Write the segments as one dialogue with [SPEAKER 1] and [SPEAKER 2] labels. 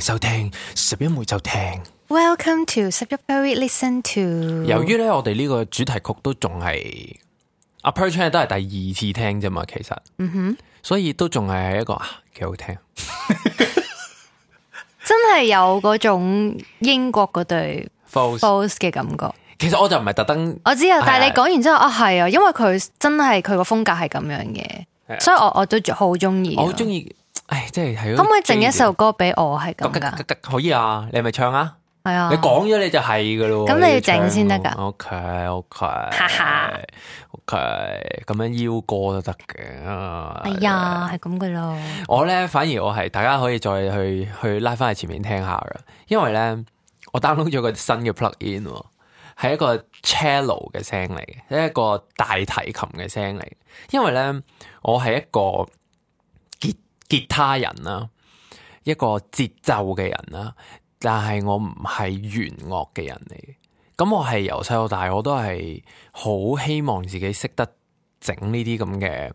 [SPEAKER 1] 收聽拾壹每週聽。
[SPEAKER 2] Welcome to 十一 Berry Listen to。
[SPEAKER 1] 由於咧，我哋呢個主題曲都仲係阿 Per Chan 都係第二次聽啫嘛，其實，嗯哼，所以都仲係一個啊，幾好聽。
[SPEAKER 2] 真係有嗰種英國嗰對
[SPEAKER 1] False，
[SPEAKER 2] Boss 嘅感覺。
[SPEAKER 1] 其實我就唔係特登，
[SPEAKER 2] 我知啊，但
[SPEAKER 1] 係
[SPEAKER 2] 係你講完之後啊，係啊，因為佢真係佢個風格係咁樣
[SPEAKER 1] 係啊
[SPEAKER 2] 嘅，所以我我都好中意。
[SPEAKER 1] 我好中
[SPEAKER 2] 意。
[SPEAKER 1] 意，唉，即係係。
[SPEAKER 2] 可唔可以整一首歌俾我係咁
[SPEAKER 1] 咁
[SPEAKER 2] 噶？
[SPEAKER 1] 得得可以啊，你係咪唱啊？
[SPEAKER 2] 係啊，
[SPEAKER 1] 你講咗你就係噶咯喎，
[SPEAKER 2] 咁你要整先得㗎
[SPEAKER 1] O K O K，
[SPEAKER 2] 哈哈
[SPEAKER 1] ，O K，咁樣邀歌都得嘅。啊
[SPEAKER 2] 哎呀，係咁噶咯。
[SPEAKER 1] 我咧反而我係大家可以再去去拉翻去前面聽下嘅，因為咧我 download 咗個新嘅 plug in，係一個 cello 嘅聲嚟嘅，係一個大提琴嘅聲嚟。因為咧我係一個吉吉他人啦，一個節奏嘅人啦，但係我唔係弦樂嘅人嚟嘅。咁我係由細到大我都係好希望自己識得整呢啲咁嘅。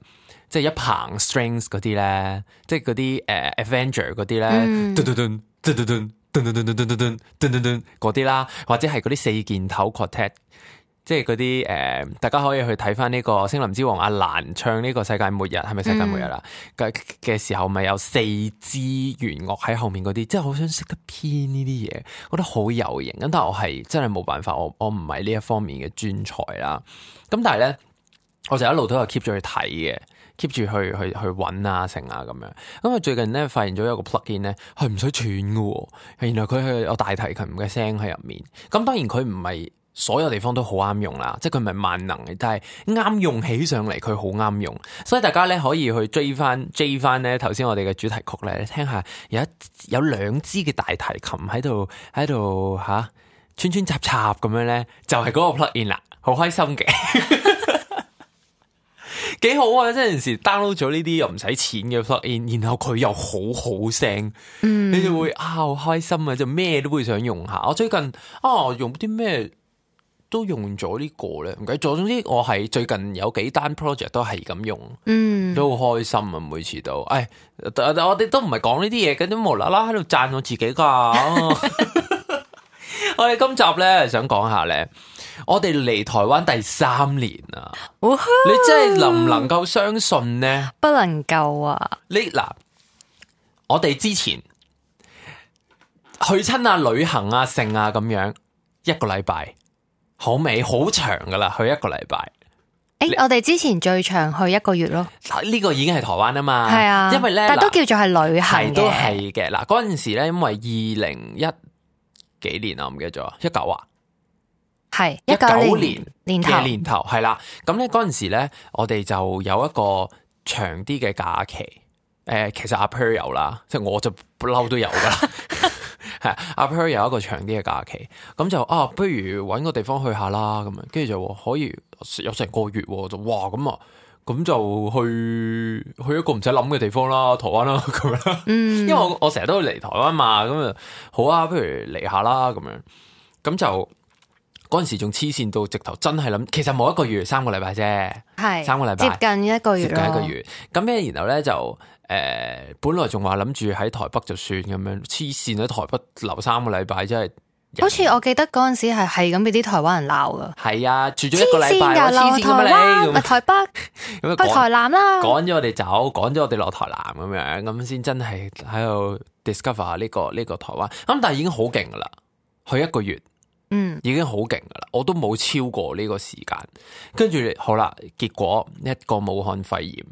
[SPEAKER 1] 即係一棚 strings 嗰啲咧，即係嗰啲誒 Avenger 嗰啲咧，
[SPEAKER 2] 嗯
[SPEAKER 1] 噔噔噔噔噔噔噔噔噔噔噔噔噔噔噔嗰啲啦，或者係嗰啲四件頭 quartet，即係嗰啲誒，大家可以去睇翻呢個《星林之王》阿蘭唱呢個世界末日係咪世界末日啦嘅嘅時候，咪有四支弦樂喺後面嗰啲，即係好想識得編呢啲嘢，覺得好有型。咁但係我係真係冇辦法，我我唔係呢一方面嘅專才啦。咁但係咧。我就一路都有 keep 住去睇嘅，keep 住去去去揾啊、成啊咁樣。咁啊最近咧發現咗有個 plug-in 咧係唔使串嘅喎，原來佢係有大提琴嘅聲喺入面。咁當然佢唔係所有地方都好啱用啦，即係佢唔係萬能嘅，但係啱用起上嚟佢好啱用。所以大家咧可以去追翻追翻咧頭先我哋嘅主題曲咧，聽下有一有兩支嘅大提琴喺度喺度吓穿穿插插咁樣咧，就係、嗰個 plug-in 啦，好開心嘅。 幾好啊！即係有時 download 咗呢啲又唔使錢嘅 plugin，然後佢又好好聲，你就會啊好開心啊！就咩都會想用下。我最近啊用啲咩都用咗呢個咧，唔記得咗。總之我係最近有幾單 project 都係咁用，
[SPEAKER 2] 嗯，
[SPEAKER 1] 都好開心啊！每次都，唉，我我哋都唔係講呢啲嘢嘅，都無啦啦喺度讚我自己㗎。我哋今集咧想講下咧，我哋嚟台灣第三年啊！
[SPEAKER 2] 哇哈
[SPEAKER 1] 你真係能唔能夠相信呢？
[SPEAKER 2] 不能夠啊！
[SPEAKER 1] 呢嗱，我哋之前去親啊旅行啊剩啊咁樣一個禮拜，好尾好長噶啦，去一個禮拜。
[SPEAKER 2] 誒
[SPEAKER 1] 你，
[SPEAKER 2] 我哋之前最長去一個月咯，
[SPEAKER 1] 呢、個已經係台灣啊嘛，
[SPEAKER 2] 係啊，
[SPEAKER 1] 因為咧，
[SPEAKER 2] 但都
[SPEAKER 1] 嗱
[SPEAKER 2] 叫做係旅行
[SPEAKER 1] 係都
[SPEAKER 2] 嘅，
[SPEAKER 1] 係嘅。嗱，嗰陣時咧，因為二零一幾年啊，我唔記得咗，一九啊。
[SPEAKER 2] 係
[SPEAKER 1] 19
[SPEAKER 2] 19
[SPEAKER 1] 年
[SPEAKER 2] 年
[SPEAKER 1] 嘅
[SPEAKER 2] 頭，
[SPEAKER 1] 年頭係啦，咁咧嗰陣時咧，我哋就有一個長啲嘅假期。誒、其實阿 Per 有啦，即係我就不嬲都有噶 啦。係阿 Per 有一個長啲嘅假期，咁就啊，不如揾個地方去下啦，咁樣跟住就話可以有成個月喎，就哇咁啊，咁就去去一個唔使諗嘅地方啦，台灣啦 咁樣啦。
[SPEAKER 2] 嗯
[SPEAKER 1] 因為我我成日都嚟台灣嘛，咁啊好啊，不如嚟下啦咁樣，咁就。嗰陣時仲黐線到直頭，真係諗，其實冇一個月，三個禮拜啫，
[SPEAKER 2] 係
[SPEAKER 1] 三個禮拜
[SPEAKER 2] 接近一個
[SPEAKER 1] 接
[SPEAKER 2] 月啊
[SPEAKER 1] 近
[SPEAKER 2] 咯，
[SPEAKER 1] 一個月。咁咧，然後咧就誒、呃本來仲話諗住喺台北就算咁樣，黐線喺台北留三個禮拜，真係
[SPEAKER 2] 好似我記得嗰陣時係係咁俾啲台灣人鬧噶，
[SPEAKER 1] 係啊，住咗一個
[SPEAKER 2] 黐
[SPEAKER 1] 禮
[SPEAKER 2] 線
[SPEAKER 1] 拜喎，黐線
[SPEAKER 2] 㗎，留
[SPEAKER 1] 咁
[SPEAKER 2] 台灣
[SPEAKER 1] 你咁
[SPEAKER 2] 咪台北
[SPEAKER 1] 咁樣
[SPEAKER 2] 去
[SPEAKER 1] 講
[SPEAKER 2] 台南啦，
[SPEAKER 1] 趕咗我哋走，趕咗我哋落台南咁樣，咁先真係喺度 discover 呢、個呢、個台灣。咁但係已經好勁噶啦，去一個月。
[SPEAKER 2] 嗯，
[SPEAKER 1] 已經好勁噶啦，我都冇超過呢個時間。跟住好啦，結果一個武漢肺炎，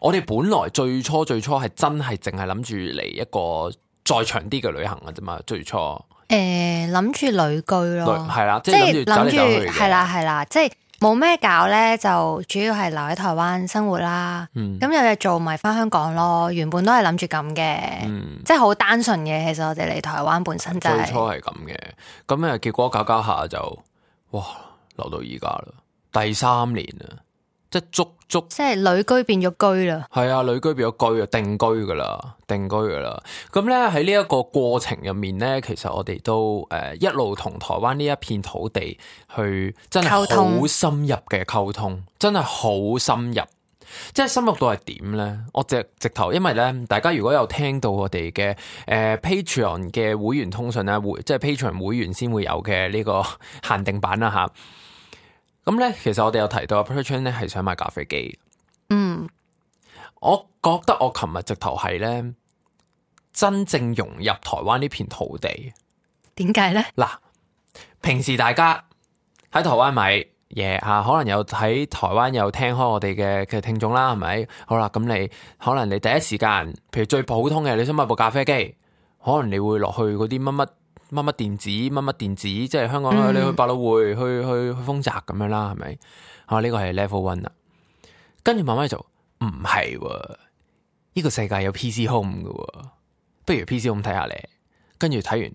[SPEAKER 1] 我哋本來最初最初係真係淨係諗住嚟一個再長啲嘅旅行嘅啫嘛，最初
[SPEAKER 2] 哦誒諗住旅居
[SPEAKER 1] 旅
[SPEAKER 2] 咯，
[SPEAKER 1] 係啦，即
[SPEAKER 2] 即
[SPEAKER 1] 係諗
[SPEAKER 2] 係
[SPEAKER 1] 住走
[SPEAKER 2] 諗
[SPEAKER 1] 嚟走去
[SPEAKER 2] 住
[SPEAKER 1] 嘅
[SPEAKER 2] 係，啦係啦，即係冇咩搞咧，就主要係留喺台灣生活啦，
[SPEAKER 1] 嗯
[SPEAKER 2] 咁有嘢做咪翻香港咯，原本都係諗住咁嘅，
[SPEAKER 1] 嗯，
[SPEAKER 2] 即係好單純嘅，其實我哋嚟台灣本身就
[SPEAKER 1] 最
[SPEAKER 2] 係
[SPEAKER 1] 初係咁嘅，咁啊結果搞搞下就哇留到而家啦，第三年啦，即係足足。
[SPEAKER 2] 即係旅居變咗居啦，
[SPEAKER 1] 係啊，旅居變咗居啊，定居噶啦，定居噶啦。咁咧喺呢一個過程入面咧，其實我哋都誒、呃一路同台灣呢一片土地去真係
[SPEAKER 2] 溝通
[SPEAKER 1] 好深入嘅溝通，真係好深入。即係深入到係點咧？我直直頭，因為咧，大家如果有聽到我哋嘅誒 Patreon 嘅會員通訊咧，會即係 Patreon 會員先會有嘅呢個 限定版啦吓，咁咧，其實我哋有提到阿 Patreon 咧係想買咖啡機，
[SPEAKER 2] 嗯，
[SPEAKER 1] 我覺得我琴日直頭係咧真正融入台灣呢片土地。
[SPEAKER 2] 點解咧？
[SPEAKER 1] 嗱，平時大家喺台灣買嘢吓，可能有喺台灣有聽開我哋嘅嘅聽眾啦，係咪？好啦，咁你可能你第一時間，譬如最普通嘅，你想買部咖啡機，可能你會落去嗰啲乜乜乜乜電子乜乜電子，即係香港
[SPEAKER 2] 嗯
[SPEAKER 1] 你去百老匯、去去去豐澤咁樣啦，係咪？啊，呢個係 level one 啦，跟住慢慢就唔係喎，呢個世界有 PC Home 嘅喎，不如 PC Home 睇下咧，跟住睇完。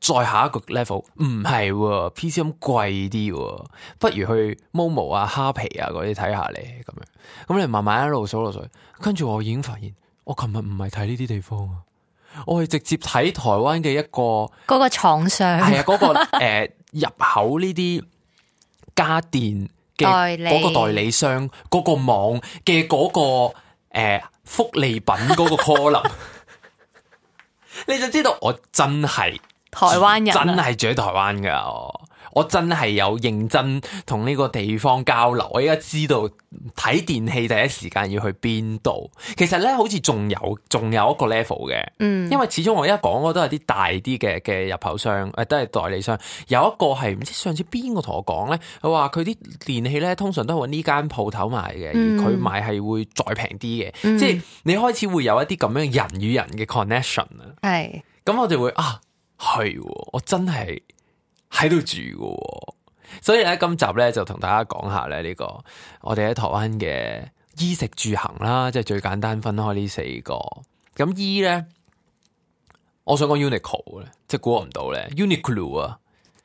[SPEAKER 1] 再下一個 level 唔
[SPEAKER 2] 嗯
[SPEAKER 1] 係喎，PC 咁貴啲喎，不如去 Momo 啊、蝦皮啊嗰啲睇下咧咁樣。咁你慢慢一路數落去，跟住我已經發現，我琴日唔係睇呢啲地方啊，我係直接睇台灣嘅一個
[SPEAKER 2] 嗰個廠商
[SPEAKER 1] 係啊 嗰個誒入口呢啲家電
[SPEAKER 2] 代
[SPEAKER 1] 嘅
[SPEAKER 2] 理
[SPEAKER 1] 嗰個代理商嗰個網嘅嗰個誒福利品嗰個 column，你就知道我真係。
[SPEAKER 2] 台灣人
[SPEAKER 1] 真
[SPEAKER 2] 啊，
[SPEAKER 1] 係住喺台灣噶，我我真係有認真同呢個地方交流。我而家知道睇電器第一時間要去邊度。其實咧，好似仲有仲有一個 level 嘅，
[SPEAKER 2] 嗯，
[SPEAKER 1] 因為始終我而家講嗰都係啲大啲嘅嘅入口商，誒、呃都係代理商。有一個係唔知上次邊個同我講咧，佢話佢啲電器咧通常都係揾呢間鋪頭賣嘅，
[SPEAKER 2] 嗯
[SPEAKER 1] 而佢買係會再平啲嘅。
[SPEAKER 2] 嗯
[SPEAKER 1] 即係你開始會有一啲咁樣人與人嘅 connection 啊。
[SPEAKER 2] 係
[SPEAKER 1] 咁我就會啊，係喎我真係喺度住嘅喎，所以咧今集咧就同大家講下咧呢、個我哋喺台灣嘅衣食住行啦，即係最簡單分開呢四個。咁衣咧，我想講 Uniqlo 咧，即係估我唔到咧，Uniqlo 啊，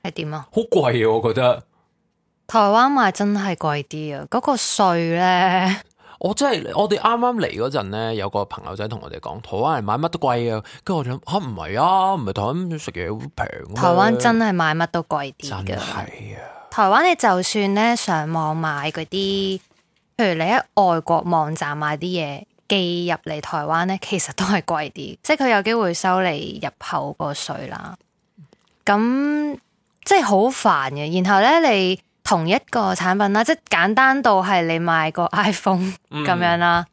[SPEAKER 2] 係點啊？
[SPEAKER 1] 好貴啊，我覺得。
[SPEAKER 2] 台灣買真係貴啲啊！嗰、個稅 咧，
[SPEAKER 1] 我真係我哋啱啱嚟嗰陣咧，有個朋友仔同我哋講，台灣人買乜都貴啊，跟住我哋諗吓唔係啊，唔係台灣食嘢好平咩。
[SPEAKER 2] 台灣真係買乜都貴啲
[SPEAKER 1] 真
[SPEAKER 2] 㗎。
[SPEAKER 1] 係啊，
[SPEAKER 2] 台灣你就算咧上網買嗰啲，譬如你喺外國網站買啲嘢寄入嚟台灣咧，其實都係貴啲，即係佢有機會收你入口個税啦。咁即係好煩嘅。然後咧，你同一個產品啦，即係簡單到係你買個 iPhone
[SPEAKER 1] 嗯
[SPEAKER 2] 咁樣啦，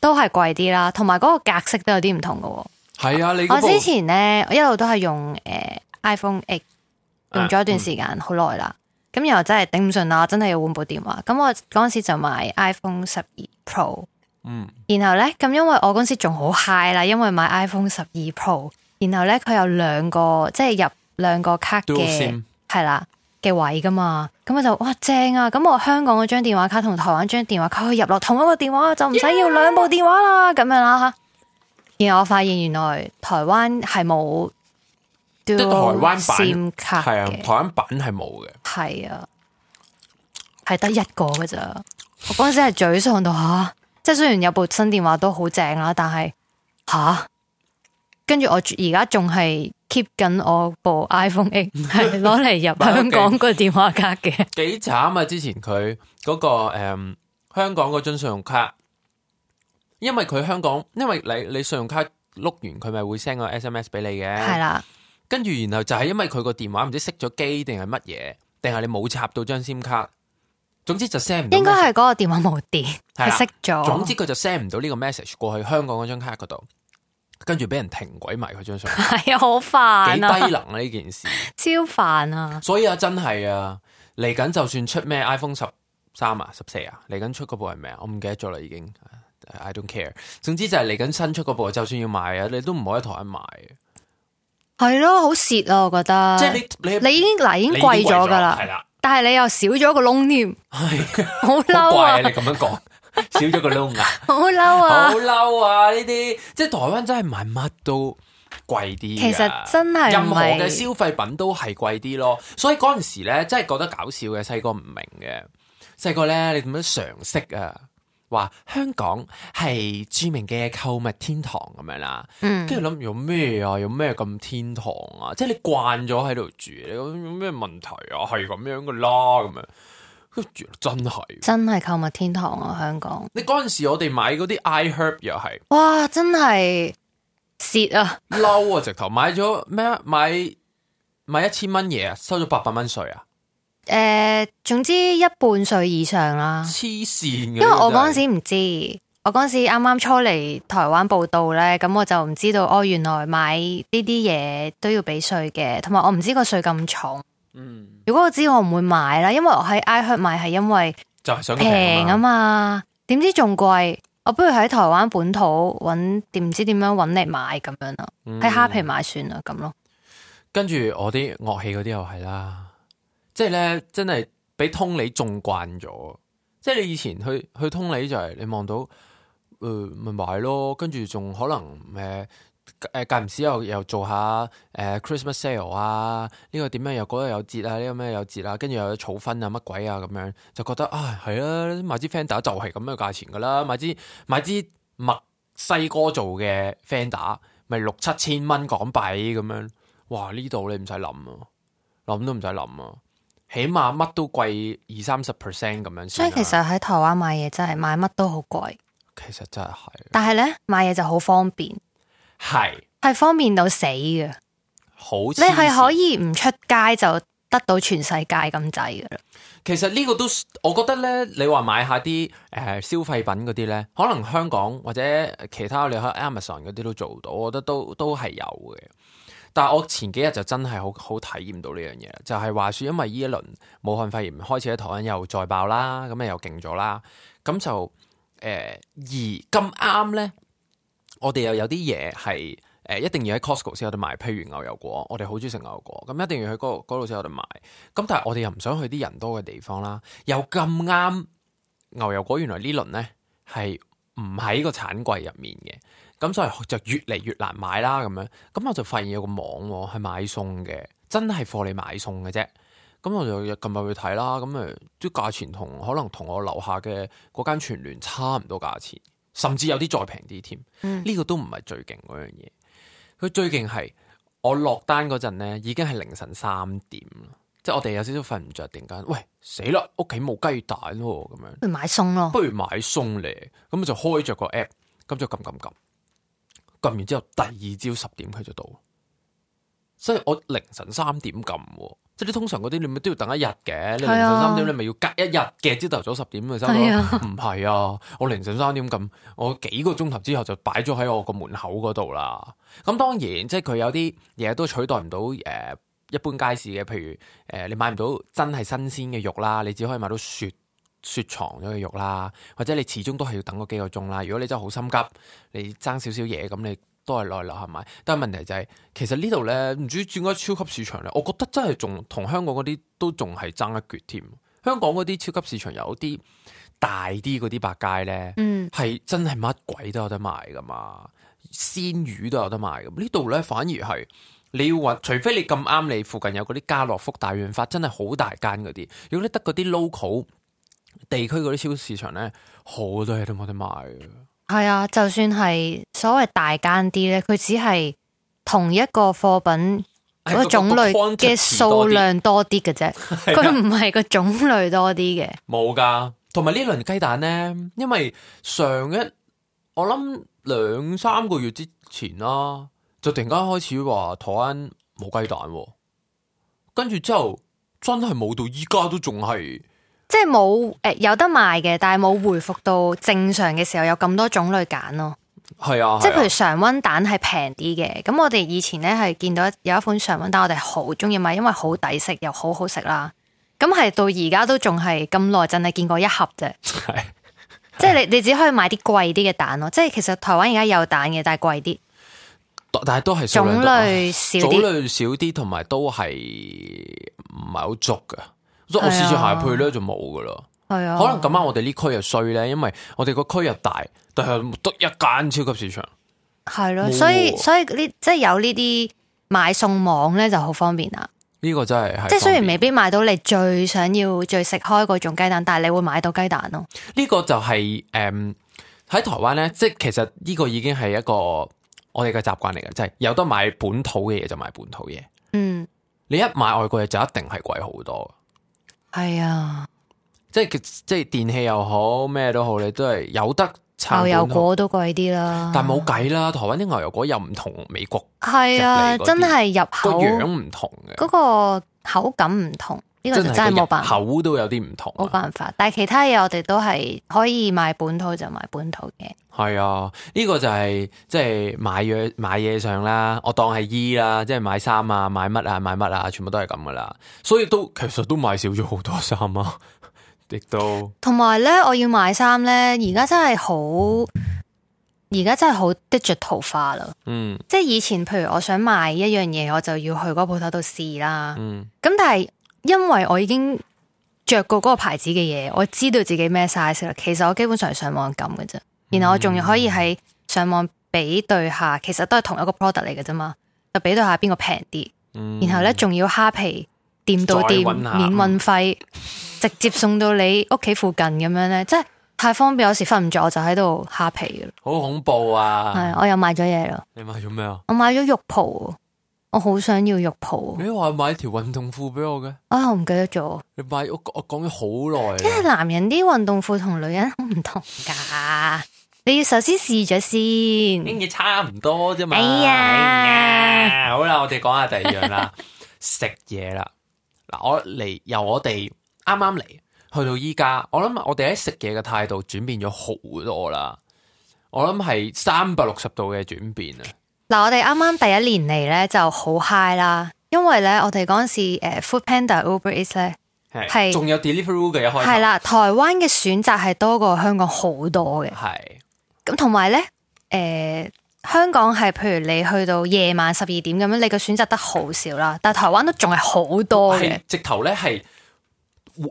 [SPEAKER 2] 都係貴啲啦，同埋嗰個格式都有啲唔同嘅喎。
[SPEAKER 1] 係啊，你
[SPEAKER 2] 我
[SPEAKER 1] 嗰部
[SPEAKER 2] 之前咧，我一路都係用诶、呃 iPhone X，用
[SPEAKER 1] 啊
[SPEAKER 2] 咗一
[SPEAKER 1] 嗯
[SPEAKER 2] 段時間，好耐啦。咁然後真係頂唔順啦，真係要換部電話。咁我嗰阵时就買 iPhone 十二 Pro，
[SPEAKER 1] 嗯
[SPEAKER 2] 然後咧咁因為我嗰陣時仲好 high 啦，因為買 iPhone 十二 Pro，然後咧佢有兩個即係入兩個卡
[SPEAKER 1] Dual
[SPEAKER 2] 嘅
[SPEAKER 1] SIM
[SPEAKER 2] 係啦嘅位噶嘛，咁我就哇正啊！咁我香港嗰張電話卡同台灣張電話卡可以入落同一個電話，就唔使要兩部電話啦咁樣啦。然後我發現原來台灣係冇即
[SPEAKER 1] 係台灣版
[SPEAKER 2] SIM 卡
[SPEAKER 1] 係啊，
[SPEAKER 2] 嘅
[SPEAKER 1] 台。灣版係冇嘅。
[SPEAKER 2] 系啊，系得一個噶咋。我嗰阵时系沮喪到吓、即系雖然有部新電話都好正啦，但係吓，跟住我而家仲係 keep 緊我部 iPhone X 係攞嚟入香港個電話卡嘅。
[SPEAKER 1] 幾慘啊！之前佢嗰、個嗯香港嗰張信用卡，因為佢香港，因為你你信用卡碌完佢咪會 send 個 SMS 俾你
[SPEAKER 2] 係
[SPEAKER 1] 嘅，
[SPEAKER 2] 啦，
[SPEAKER 1] 跟住然後就係因為佢個電話唔知熄咗機定係乜嘢，定係你冇插到張 SIM 卡，總之就 send 唔到
[SPEAKER 2] 應該
[SPEAKER 1] message。
[SPEAKER 2] 係嗰哦個電話冇電，
[SPEAKER 1] 係
[SPEAKER 2] 係
[SPEAKER 1] 啦
[SPEAKER 2] 熄咗。
[SPEAKER 1] 總之佢就 send 唔到呢個 message 過去香港嗰張卡嗰度，跟住俾人停鬼埋佢張信用卡，
[SPEAKER 2] 係啊，好煩
[SPEAKER 1] 幾
[SPEAKER 2] 啊
[SPEAKER 1] 低，能啊呢件事。
[SPEAKER 2] 超煩啊！
[SPEAKER 1] 所以啊，真係啊，嚟緊就算出咩 iPhone 十三啊、十四啊，嚟緊出嗰部係咩啊？我唔記得咗啦，已經。I Uh, don't care。總之就係嚟緊新出嗰部，就算要買啊，你都唔可以喺台灣買嘅。
[SPEAKER 2] 係咯，好蝕啊！我覺得
[SPEAKER 1] 即係你你
[SPEAKER 2] 你已經嗱已經
[SPEAKER 1] 你
[SPEAKER 2] 貴咗㗎
[SPEAKER 1] 係
[SPEAKER 2] 啦，
[SPEAKER 1] 啦，
[SPEAKER 2] 但係你又少咗個窿添，
[SPEAKER 1] 係
[SPEAKER 2] 好
[SPEAKER 1] 好
[SPEAKER 2] 嬲
[SPEAKER 1] 怪
[SPEAKER 2] 啊
[SPEAKER 1] 啊！！你咁樣講，少咗個窿啊，
[SPEAKER 2] 好嬲啊
[SPEAKER 1] 好！嬲啊！呢啲即係台灣真係買乜都貴啲㗎。
[SPEAKER 2] 其實真係
[SPEAKER 1] 啊任
[SPEAKER 2] 唔
[SPEAKER 1] 何
[SPEAKER 2] 係
[SPEAKER 1] 嘅消費品都係貴啲咯，所以嗰陣時咧真係覺得搞笑嘅，細個唔明嘅，細個咧你點樣常識啊？話香港係著名嘅購物天堂咁樣啦，
[SPEAKER 2] 嗯
[SPEAKER 1] 跟住諗有咩啊？有咩咁天堂啊？即係你慣咗喺度住，你有咩問題啊？係咁樣噶啦，咁樣。跟住真係，
[SPEAKER 2] 真係購物天堂啊！香港，
[SPEAKER 1] 你嗰陣時我哋買嗰啲 iHerb 又係
[SPEAKER 2] 哇，真係蝕啊！
[SPEAKER 1] 嬲啊，直頭買咗咩啊？買買一千蚊嘢啊，收咗八百蚊税啊，
[SPEAKER 2] 诶、總之一半歲以上啦。
[SPEAKER 1] 黐線嘅。
[SPEAKER 2] 啊因為我嗰
[SPEAKER 1] 陣
[SPEAKER 2] 阵时唔知，我嗰阵时啱啱初嚟台灣報道咧，咁我就唔知道哦，原來買呢啲嘢都要俾税嘅，同埋我唔知個税咁重。
[SPEAKER 1] 嗯，
[SPEAKER 2] 如果我知我唔會買啦，因為我喺 iHerb 買係因為
[SPEAKER 1] 就係想佢
[SPEAKER 2] 平啊
[SPEAKER 1] 嘛。
[SPEAKER 2] 嘛，點知仲貴。我不如喺台灣本土揾，唔知點樣揾嚟買咁樣啦，喺蝦皮買算啦咁咯。
[SPEAKER 1] 跟住我啲樂器嗰啲又係啦，即係咧真係俾通理縱慣咗，即係你以前去去通理就係你望到，诶呃咪買咯，跟住仲可能诶诶间唔時又又做下诶、呃 Christmas sale 啊，呢、個點樣又嗰日有折啊，呢、個咩有折啊，跟住又有草分啊乜鬼啊咁樣，就覺得啊係啦，買支 Fender 就係咁嘅價錢噶啦，買支買支墨西哥做嘅 Fender 咪六七千蚊港幣咁樣。哇！呢度你唔使諗啊，諗都唔使諗啊，起碼乜都貴二三十 percent 咁樣
[SPEAKER 2] 所
[SPEAKER 1] 先啦。
[SPEAKER 2] 以其實喺台灣買嘢真係買乜都好貴，
[SPEAKER 1] 其實真係係
[SPEAKER 2] 但係呢，買嘢就好方便，
[SPEAKER 1] 係
[SPEAKER 2] 係方便到死嘅。
[SPEAKER 1] 好黐
[SPEAKER 2] 你
[SPEAKER 1] 線，
[SPEAKER 2] 係可以唔出街就得到全世界咁滯噶啦。
[SPEAKER 1] 其實呢個都，我覺得咧，你話買下啲誒、呃消費品嗰啲咧，可能香港或者其他你喺 Amazon 嗰啲都做到，我覺得都都係有嘅。但係我前幾日就真係好好體驗到呢樣嘢，就係、話説，因為呢一輪武漢肺炎開始喺台灣又再爆啦，咁又勁咗啦，咁就誒、呃而咁啱咧，我哋又有啲嘢係。誒一定要喺 Costco 先有得買，譬如牛油果，我哋好中意食牛油果，咁一定要去嗰度嗰度先有得買。咁但係我哋又唔想去啲人多嘅地方啦，又咁啱牛油果原來呢輪呢係唔喺個產季入面嘅，咁所以就越嚟越難買啦咁樣。咁我就發現有個網喎係買餸嘅，真係貨你買餸嘅啫。咁我就近日去睇啦，咁誒啲價錢同可能同我樓下嘅嗰間全聯差唔多價錢，甚至有啲再平啲添。
[SPEAKER 2] 嗯
[SPEAKER 1] 呢、個都唔係最勁嗰樣嘢，佢最勁係我落單嗰陣呢已經係凌晨三點啦，即係我哋有少少瞓唔着，突然間，喂死啦，屋企冇雞蛋喎、咁樣。
[SPEAKER 2] 不如買餸咯，
[SPEAKER 1] 不如買餸嚟，咁就開着個 app，咁就撳撳撳，撳完之後第二朝十點佢就到，所以我凌晨三點撳喎，即係你通常嗰啲你咪都要等一日嘅，你凌
[SPEAKER 2] 係
[SPEAKER 1] 晨
[SPEAKER 2] 啊
[SPEAKER 1] 三點你咪要隔一日嘅，朝頭早十點咪收到
[SPEAKER 2] 係
[SPEAKER 1] 咯
[SPEAKER 2] 啊，
[SPEAKER 1] 唔係啊，我凌晨三點撳，我幾個鐘頭之後就擺咗喺我個門口嗰度啦。咁當然即係佢有啲嘢都取代唔到誒。呃一般街市嘅，譬如誒、呃你買唔到真係新鮮嘅肉啦，你只可以買到雪雪藏咗嘅肉啦，或者你始終都係要等嗰幾個鐘啦。如果你真係好心急，你爭少少嘢咁，你都係內留係咪？但係問題就係、其實呢度咧，唔知轉咗超級市場咧，我覺得真係仲同香港嗰啲都仲係爭一橛添。香港嗰啲超級市場有啲大啲嗰啲百佳咧，
[SPEAKER 2] 嗯，
[SPEAKER 1] 係真係乜鬼都有得賣噶嘛，鮮魚都有得賣咁。呢度咧反而係你要揾，除非你咁啱你附近有嗰啲家樂福、大潤發，真係好大間嗰啲。如果你得嗰啲 local 地區嗰啲超市場咧，好多嘢都冇得賣嘅。
[SPEAKER 2] 係啊，就算係所謂大間啲咧，佢只係同一個貨品嗰個種類嘅數量多啲嘅啫，佢唔係個種類多啲嘅。
[SPEAKER 1] 冇噶，同埋呢輪雞蛋咧，因為上一我諗兩三個月之前啦，就突然間開始話台灣冇雞蛋喎，跟住之後真係冇到依家都仲係
[SPEAKER 2] 即係冇诶有得賣嘅，但係冇回復到正常嘅時候有咁多種類揀咯。
[SPEAKER 1] 係啊，
[SPEAKER 2] 即係譬如
[SPEAKER 1] 係
[SPEAKER 2] 常温蛋係平啲嘅，咁我哋以前咧係見到有一款常温蛋，我哋好中意買，因為好抵食又好好食啦。咁係到而家都仲係咁耐，真係見過一盒啫。
[SPEAKER 1] 啊
[SPEAKER 2] 即係你你只可以買啲貴啲嘅蛋咯。即係其實台灣而家有蛋嘅，但係貴啲，
[SPEAKER 1] 但但係都係數量
[SPEAKER 2] 種
[SPEAKER 1] 多哦
[SPEAKER 2] 類少
[SPEAKER 1] 種
[SPEAKER 2] 啲。
[SPEAKER 1] 類少啲，同埋都係唔係好足噶，所以我
[SPEAKER 2] 係
[SPEAKER 1] 試
[SPEAKER 2] 啊
[SPEAKER 1] 住下配咧就冇噶啦。
[SPEAKER 2] 係啊，
[SPEAKER 1] 可能咁啱我哋呢區又衰咧，因為我哋個區又大，但係得一間超級市場。
[SPEAKER 2] 係
[SPEAKER 1] 冇
[SPEAKER 2] 咯，
[SPEAKER 1] 喎
[SPEAKER 2] 所以所以呢即係有呢啲買餸網咧就好方便啦。
[SPEAKER 1] 呢個真係係
[SPEAKER 2] 即係
[SPEAKER 1] 方
[SPEAKER 2] 雖然
[SPEAKER 1] 便
[SPEAKER 2] 未必買到你最想要、最食開嗰種雞蛋，但係你會買到雞蛋咯。
[SPEAKER 1] 呢個就係誒嗯喺台灣咧，即係其實呢個已經係一個我哋嘅習慣嚟嘅，就係、有得買本土嘅嘢就買本土嘢，
[SPEAKER 2] 嗯，
[SPEAKER 1] 你一買外國嘢就一定係貴好多。
[SPEAKER 2] 係啊，
[SPEAKER 1] 即係即係電器又好咩都好，你都係有得撐
[SPEAKER 2] 牛油
[SPEAKER 1] 本土，
[SPEAKER 2] 果啊都貴啲啦。
[SPEAKER 1] 但冇計啦。台灣啲牛油果又唔同美國
[SPEAKER 2] 係啊，
[SPEAKER 1] 入嚟嗰啲
[SPEAKER 2] 真係入
[SPEAKER 1] 個
[SPEAKER 2] 口
[SPEAKER 1] 樣唔同嘅，
[SPEAKER 2] 嗰個口感唔同，呢個就真
[SPEAKER 1] 個
[SPEAKER 2] 係冇
[SPEAKER 1] 入
[SPEAKER 2] 辦法，
[SPEAKER 1] 口都有啲唔同啊。
[SPEAKER 2] 冇辦法。但係其他嘢我哋都係可以買本土就買本土嘅，
[SPEAKER 1] 係啊，呢、個就係即係買嘢買嘢上啦，我當係衣啦，即係買衫啊、買乜啊、買乜啊，全部都係咁噶啦。所以都其實都買少咗好多衫啊， 亦都
[SPEAKER 2] 同埋咧，我要買衫咧，而家真係好，而家真係好 digital 化啦。
[SPEAKER 1] 嗯
[SPEAKER 2] 即係以前，譬如我想買一樣嘢，我就要去嗰個鋪頭度試啦。
[SPEAKER 1] 嗯
[SPEAKER 2] 咁但係因為我已經着過嗰個牌子嘅嘢，我知道自己咩 size 啦。其實我基本上係上網撳嘅啫，然後我仲要可以喺上網比對下，其實都係同一個 product 嚟嘅啫嘛。就比對下邊個平啲，
[SPEAKER 1] 嗯，
[SPEAKER 2] 然後咧仲要蝦皮店到店
[SPEAKER 1] 再搵下
[SPEAKER 2] 免運費，直接送到你屋企附近咁樣咧，即係太方便。有時瞓唔着，我就喺度蝦皮嘅。
[SPEAKER 1] 好恐怖啊！
[SPEAKER 2] 係，我又買咗嘢啦。
[SPEAKER 1] 你買咗咩啊？
[SPEAKER 2] 我買咗浴袍喎，我好想要浴袍喎。
[SPEAKER 1] 你話買條運動褲俾我嘅，
[SPEAKER 2] 啊，我唔記得咗，
[SPEAKER 1] 你買我我講咗好耐啊
[SPEAKER 2] 因為
[SPEAKER 1] 啦，
[SPEAKER 2] 男人啲運動褲同女人好唔同㗎。你要首先試咗先。
[SPEAKER 1] 啲嘢差唔多啫嘛。哎
[SPEAKER 2] 哎呀
[SPEAKER 1] 呀好啦，我哋講下第二樣 啦，食嘢啦。嗱，我嚟由我哋啱啱嚟去到依家，我諗我哋喺食嘢嘅態度轉變咗好多啦。我諗係三百六十度嘅轉變啊！
[SPEAKER 2] 嗱，我哋啱啱第一年嚟咧就好 high 啦，因為咧我哋嗰陣時誒 Food Panda、Uber Eats 咧係
[SPEAKER 1] 係仲有 delivery 嘅一開頭
[SPEAKER 2] 係，啦，台灣嘅選擇係多過香港好多嘅。
[SPEAKER 1] 係
[SPEAKER 2] 咁同埋咧誒。香港係，譬如你去到夜晚十二點咁樣，你嘅選擇得好少啦。但係台灣都仲係好多嘅
[SPEAKER 1] 係，直頭咧係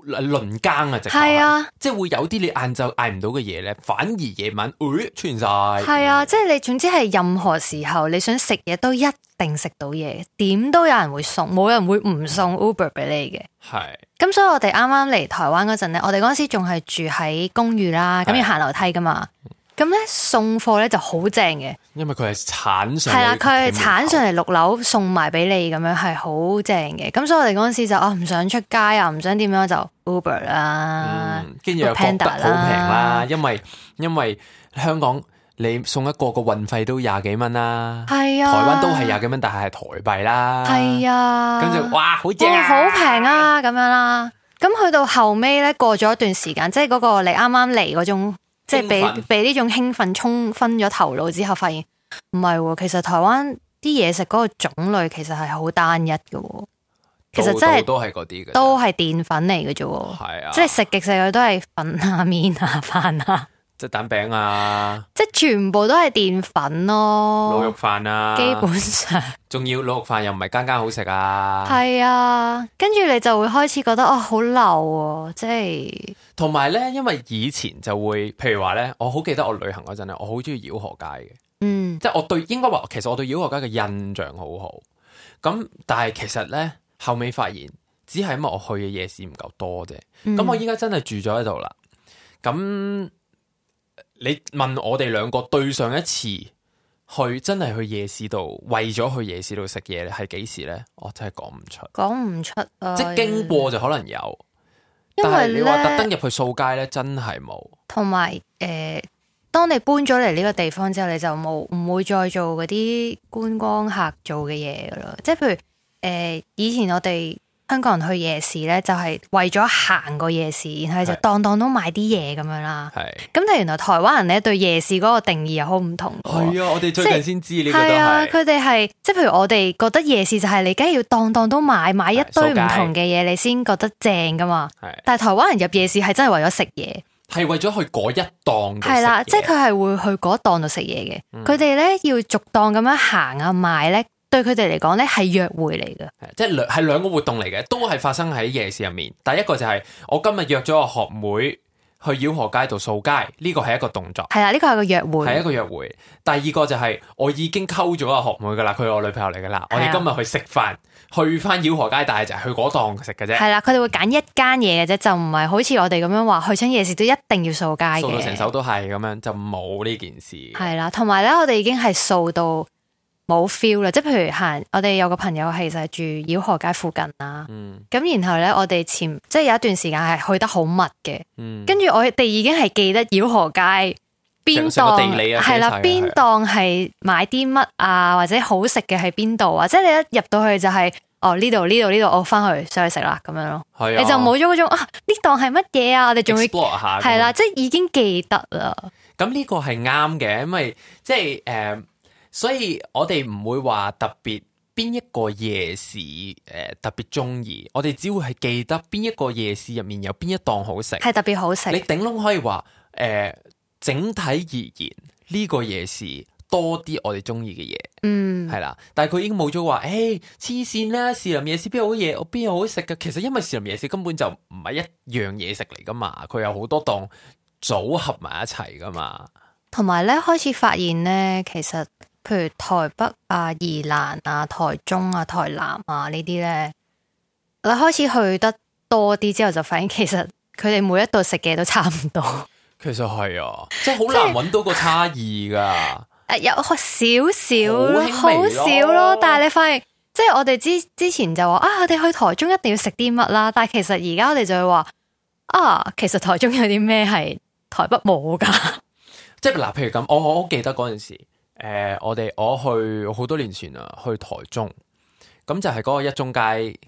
[SPEAKER 1] 輪更啊！直頭
[SPEAKER 2] 係啊，
[SPEAKER 1] 即係會有啲你晏晝嗌唔到嘅嘢咧，反而夜晚誒出現晒。
[SPEAKER 2] 係啊，即係你總之係任何時候你想食嘢都一定食到嘢，點都有人會送，冇人會唔送 Uber 俾你嘅。
[SPEAKER 1] 係
[SPEAKER 2] 咁所以我哋啱啱嚟台灣嗰陣咧，我哋嗰陣時仲係住喺公寓啦，咁
[SPEAKER 1] 係
[SPEAKER 2] 要行樓梯噶嘛。咁咧送貨咧就好正嘅，
[SPEAKER 1] 因為佢係鏟上
[SPEAKER 2] 係啦，
[SPEAKER 1] 嚟
[SPEAKER 2] 佢係鏟上
[SPEAKER 1] 嚟
[SPEAKER 2] 嚟六樓送埋俾你咁樣係好正嘅。咁所以我哋嗰陣時就啊唔想出街啊，唔想點樣就 Uber 啦，
[SPEAKER 1] 嗯，跟住又覺得好平
[SPEAKER 2] 啊 Panda 啦
[SPEAKER 1] 啦，因為因為香港你送一個個運費都廿幾蚊啦，台
[SPEAKER 2] 係啊，
[SPEAKER 1] 灣都係廿幾蚊，但係係台幣啦，
[SPEAKER 2] 係啊，
[SPEAKER 1] 咁就哇好正
[SPEAKER 2] 哇，
[SPEAKER 1] 啊，
[SPEAKER 2] 好平啊，咁樣啦。咁去到後尾咧，過咗一段時間，即係嗰個你啱啱嚟嗰種，即係
[SPEAKER 1] 興
[SPEAKER 2] 俾
[SPEAKER 1] 奮
[SPEAKER 2] 俾呢種興奮沖昏咗頭腦之後，發現唔係喎，其實台灣啲嘢食嗰個種類其實係好單一嘅喎，其實
[SPEAKER 1] 度
[SPEAKER 2] 真
[SPEAKER 1] 度
[SPEAKER 2] 係
[SPEAKER 1] 都係嗰啲嘅，
[SPEAKER 2] 都係澱粉嚟嘅啫喎，
[SPEAKER 1] 係啊，
[SPEAKER 2] 即
[SPEAKER 1] 即
[SPEAKER 2] 係
[SPEAKER 1] 係
[SPEAKER 2] 食極食佢都係粉啊、麵啊、飯啊，
[SPEAKER 1] 即係蛋餅啊，
[SPEAKER 2] 即係全部都係澱粉
[SPEAKER 1] 滷肉
[SPEAKER 2] 咯，
[SPEAKER 1] 飯啊，
[SPEAKER 2] 哦基本上。
[SPEAKER 1] 仲要滷肉飯又唔係間間好食啊，
[SPEAKER 2] 係啊，跟住你就會開始覺得哦，好流喎，即係
[SPEAKER 1] 同埋咧，因為以前就會，譬如話咧，我好記得我旅行嗰陣咧，我好中意繞河街嘅，
[SPEAKER 2] 嗯
[SPEAKER 1] 即係我對應該話，其實我對繞河街嘅印象好好。咁但係其實咧，後尾發現只係因為我去嘅夜市唔夠多啫。咁、
[SPEAKER 2] 嗯
[SPEAKER 1] 我依家真係住咗喺度啦。咁你問我哋兩個對上一次去真係去夜市度，為咗去夜市度食嘢係幾時咧？我真係講唔出，
[SPEAKER 2] 講唔出啊，
[SPEAKER 1] 即係經過就可能有，
[SPEAKER 2] 因
[SPEAKER 1] 但
[SPEAKER 2] 為
[SPEAKER 1] 係你話特
[SPEAKER 2] 咧
[SPEAKER 1] 登，入去掃街咧，真係冇。
[SPEAKER 2] 同埋誒，當你搬咗嚟呢個地方之後，你就冇唔會再做嗰啲觀光客做嘅嘢噶啦。即係譬如誒、呃以前我哋香港人去夜市咧，就係、為咗行個夜市，然後你就
[SPEAKER 1] 係
[SPEAKER 2] 當當都買啲嘢咁樣啦。
[SPEAKER 1] 係
[SPEAKER 2] 咁但係原來台灣人咧對夜市嗰個定義又好唔同㗎喎。
[SPEAKER 1] 係啊，我哋最
[SPEAKER 2] 即係
[SPEAKER 1] 近先知呢個都
[SPEAKER 2] 係啊，
[SPEAKER 1] 係。
[SPEAKER 2] 佢哋係即係譬如我哋覺得夜市就係你梗係要當當都買買一
[SPEAKER 1] 係
[SPEAKER 2] 堆
[SPEAKER 1] 掃
[SPEAKER 2] 唔
[SPEAKER 1] 街
[SPEAKER 2] 同嘅嘢，你先覺得正噶嘛。
[SPEAKER 1] 係
[SPEAKER 2] 但係台灣人入夜市係真係為咗食嘢，
[SPEAKER 1] 係為咗去嗰一檔度
[SPEAKER 2] 係
[SPEAKER 1] 食嘢
[SPEAKER 2] 啦，
[SPEAKER 1] 嗯
[SPEAKER 2] 即係佢係會去嗰檔度食嘢嘅。佢哋咧要逐檔咁樣行啊賣咧，對佢哋嚟講咧係約會嚟嘅。
[SPEAKER 1] 係即係兩係兩個活動嚟嘅，都係發生喺夜市入面。第一個就係我今日約咗我學妹去繞河街度掃街，呢個係一個動作，
[SPEAKER 2] 係啦，呢個係個約會，
[SPEAKER 1] 係一個約會。第二個就係我已經溝咗阿學妹噶啦，佢係我女朋友嚟噶啦。
[SPEAKER 2] 係
[SPEAKER 1] 我
[SPEAKER 2] 啊
[SPEAKER 1] 哋今日去食飯，去翻繞河街，但係就係去嗰檔食嘅啫，
[SPEAKER 2] 係啦，佢哋會揀一間嘢嘅啫，就唔係好似我哋咁樣話去親夜市都一定要掃街
[SPEAKER 1] 掃到成
[SPEAKER 2] 嘅。
[SPEAKER 1] 手都係咁樣，就冇呢件事。
[SPEAKER 2] 係啦，同埋咧，我哋已經係掃到冇 feel 啦。即係譬如行，我哋有個朋友其實係住繞河街附近啦。
[SPEAKER 1] 嗯
[SPEAKER 2] 咁然後咧，我哋前即係有一段時間係去得好密嘅，
[SPEAKER 1] 嗯，
[SPEAKER 2] 跟住我哋已經係記得繞河街邊
[SPEAKER 1] 成個
[SPEAKER 2] 檔
[SPEAKER 1] 地理啊
[SPEAKER 2] 係
[SPEAKER 1] 寫
[SPEAKER 2] 啦，
[SPEAKER 1] 晒㗎
[SPEAKER 2] 邊檔係買啲乜啊，或者好食嘅喺邊度啊？即係你一入到去就係、哦呢度呢度呢度，我翻去上去食啦咁樣咯。
[SPEAKER 1] 系啊，
[SPEAKER 2] 你就冇咗嗰種啊呢檔係乜嘢啊？我哋仲會
[SPEAKER 1] explore 下咁樣
[SPEAKER 2] 係啦，即係已經記得啦。
[SPEAKER 1] 咁呢個係啱嘅，因為即係誒、呃所以我哋唔會話特別邊一個夜市誒、呃特別中意，我哋只會係記得邊一個夜市入面有邊一檔好食。
[SPEAKER 2] 係特別好食
[SPEAKER 1] 你，頂籠可以話誒、呃整體而言呢、個夜市多啲我哋中意嘅嘢。
[SPEAKER 2] 嗯，
[SPEAKER 1] 係啦，但係佢已經冇咗話，誒黐線啦！士林夜市邊有好嘢，我邊有好食嘅？其實因為士林夜市根本就唔係一樣嘢食嚟噶嘛，佢有好多檔組合埋一齊噶嘛。
[SPEAKER 2] 同埋咧開始發現咧，其實譬如台北啊、宜蘭啊、台中啊、台南啊呢啲咧，你開始去得多啲之後，就發現其 實佢哋每一度食嘅都差唔多，
[SPEAKER 1] 其實係啊，即係好難揾到個差異噶。
[SPEAKER 2] 誒有少少咯，
[SPEAKER 1] 好輕
[SPEAKER 2] 好
[SPEAKER 1] 微咯
[SPEAKER 2] 少咯，但係你發現。即係我哋之之前就話啊，我哋去台中一定要食啲乜啦，但係其實而家我哋就會話啊，其實台中有啲咩係台北冇㗎。
[SPEAKER 1] 即係嗱，譬如咁，我我好記得嗰陣時，誒、我哋我去好多年前啦，去台中，咁就係嗰個一中街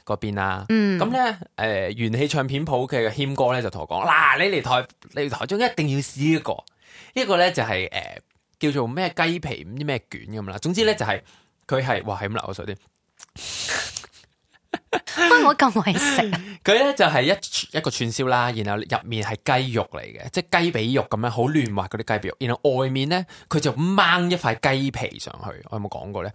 [SPEAKER 1] 嗰邊啦。
[SPEAKER 2] 嗯，
[SPEAKER 1] 咁咧，誒、元氣唱片鋪嘅謙哥咧就同我講：嗱，你嚟台你嚟台中一定要試一個，一個咧就係、誒、叫做咩雞皮唔知咩卷咁啦。總之咧就係佢係哇係咁流口水添。
[SPEAKER 2] 乜我咁為食啊？
[SPEAKER 1] 佢咧就係、一一個串燒啦，然後入面係雞肉嚟嘅，即係雞髀肉咁樣好嫩滑嗰啲雞髀肉，然後外面咧佢就掹一塊雞皮上去，我有冇講過咧？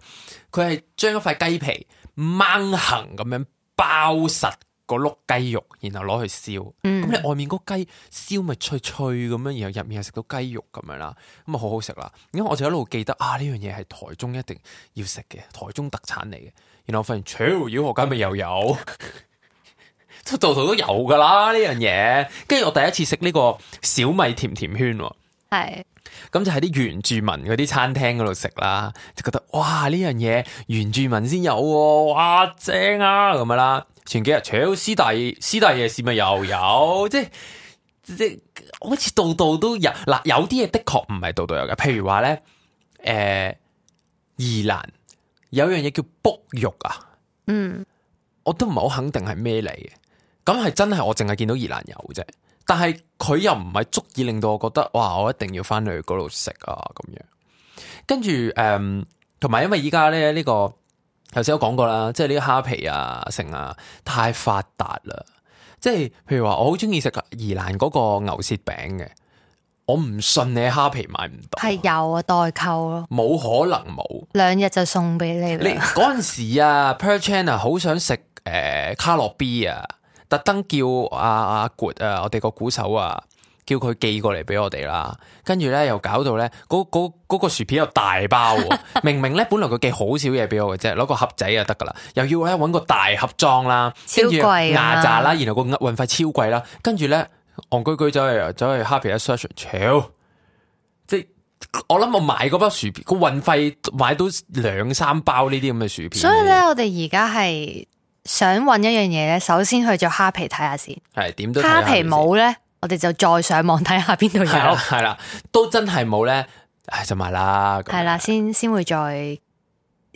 [SPEAKER 1] 佢係將一塊雞皮掹行咁樣包實個碌雞肉，然後攞去燒。咁
[SPEAKER 2] 嗯
[SPEAKER 1] 你外面嗰雞燒咪脆脆咁樣，然後入面係食到雞肉咁樣啦，咁啊好好食啦。因為我就一路記得啊，呢樣嘢係台中一定要食嘅，台中特產嚟嘅。然後我發現，超妖我街咪又有，度度都有噶啦呢樣嘢。跟住我第一次食呢個小米甜甜圈喎。
[SPEAKER 2] 係
[SPEAKER 1] 咁就喺啲原住民嗰啲餐廳嗰度食啦，就覺得哇呢樣嘢原住民先有喎、哇正啊咁樣啦。前幾日扯師弟師弟夜市咪又有，即係即係好似度度都有。嗱，有啲嘢的確唔係度度有嘅，譬如話咧，誒、呃宜蘭有樣嘢叫卜肉啊，
[SPEAKER 2] 嗯，
[SPEAKER 1] 我都唔係好肯定係咩嚟嘅。咁係真係我淨係見到宜蘭有啫，但係佢又唔係足以令到我覺得哇，我一定要翻去嗰度食啊咁樣。跟住誒，嗯同、埋因為依家咧呢、呢個頭先我講過啦，即係呢個蝦皮啊、成啊太發達啦。即係譬如話，我好中意食宜蘭嗰個牛舌餅嘅，我唔信你喺蝦皮買唔到，
[SPEAKER 2] 係有啊，代購咯，
[SPEAKER 1] 冇可能冇。
[SPEAKER 2] 兩日就送俾你
[SPEAKER 1] 你
[SPEAKER 2] 啦。
[SPEAKER 1] 嗰阵时啊 p e r c h a n 啊，好想食诶、呃卡洛 B 啊，特登叫阿阿 g 啊，我哋個鼓手啊，叫佢寄過嚟俾我哋啦。跟住咧又搞到咧，嗰嗰嗰個薯片又大包喎。明明咧本來佢寄好少嘢俾我嘅啫，攞個盒仔就得噶啦，又要咧搵個大盒裝啦，
[SPEAKER 2] 超
[SPEAKER 1] 跟住
[SPEAKER 2] 貴㗎
[SPEAKER 1] 牙
[SPEAKER 2] 嘛
[SPEAKER 1] 咋啦，然後個運費超貴啦，跟住咧戆居居走去走去 Happy 一 search，超即係我諗我買嗰包薯片，個運費買到兩三包呢啲咁嘅薯片。
[SPEAKER 2] 所以咧，我哋而家係想揾一樣嘢咧，首先去咗蝦皮睇下先。
[SPEAKER 1] 係點都睇下
[SPEAKER 2] 蝦皮冇咧，我哋就再上網睇下邊度
[SPEAKER 1] 先，係啊啦
[SPEAKER 2] 有，
[SPEAKER 1] 係啦，都真係冇咧，唉就買啦。咁樣
[SPEAKER 2] 係啦，，先先會再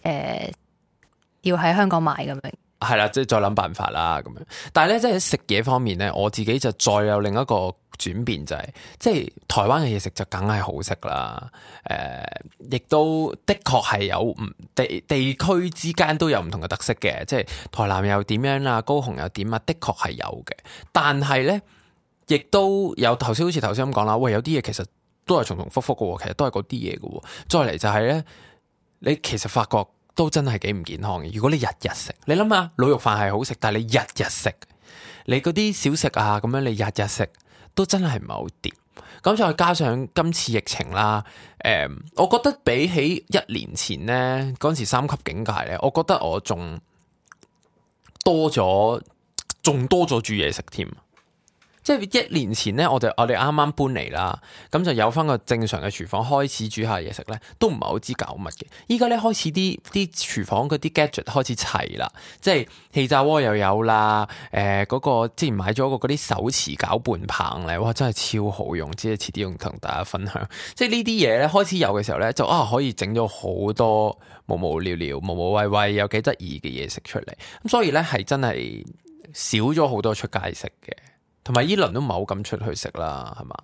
[SPEAKER 2] 诶、要喺香港買咁樣。
[SPEAKER 1] 係啦，即係再諗辦法啦咁樣。但係咧，即係喺食嘢方面咧，我自己就再有另一個轉變，就係、即係台灣嘅嘢食就梗係好食啦。誒、亦都的確係有唔地地區之間都有唔同嘅特色嘅，即係台南又點樣啦，高雄又點啊，的確係有嘅。但係咧，亦都有頭先好似頭先咁講啦，喂，有啲嘢其實都係重重複複嘅喎，其實都係嗰啲嘢嘅喎。再嚟就係咧，你其實發覺都真係幾唔健康嘅。如果你日日食，你諗下滷肉飯係好食，但係你日日食，你嗰啲小食啊咁樣，你日日食都真係唔係好掂。咁再加上今次疫情啦，誒、我覺得比起一年前咧，嗰陣時三級警戒咧，我覺得我仲多咗，仲多咗煮嘢食添。即即係一年前咧，我哋我哋啱啱搬嚟啦，咁就有翻個正常嘅廚房開始煮下嘢食咧，都唔係好知搞乜嘅。依家咧開始啲啲廚房嗰啲 gadget 開始齊啦，即係氣炸鍋又有啦，誒、嗰、個之前買咗個嗰啲手持攪拌棒咧，哇真係超好用，即係遲啲用同大家分享。 即係呢啲嘢咧開始有嘅時候咧，就啊可以整咗好多無無聊聊、無無謂謂有幾得意嘅嘢食出嚟。咁所以咧係真係少咗好多出街食嘅，同埋依輪都唔係好敢出去食啦，係嘛？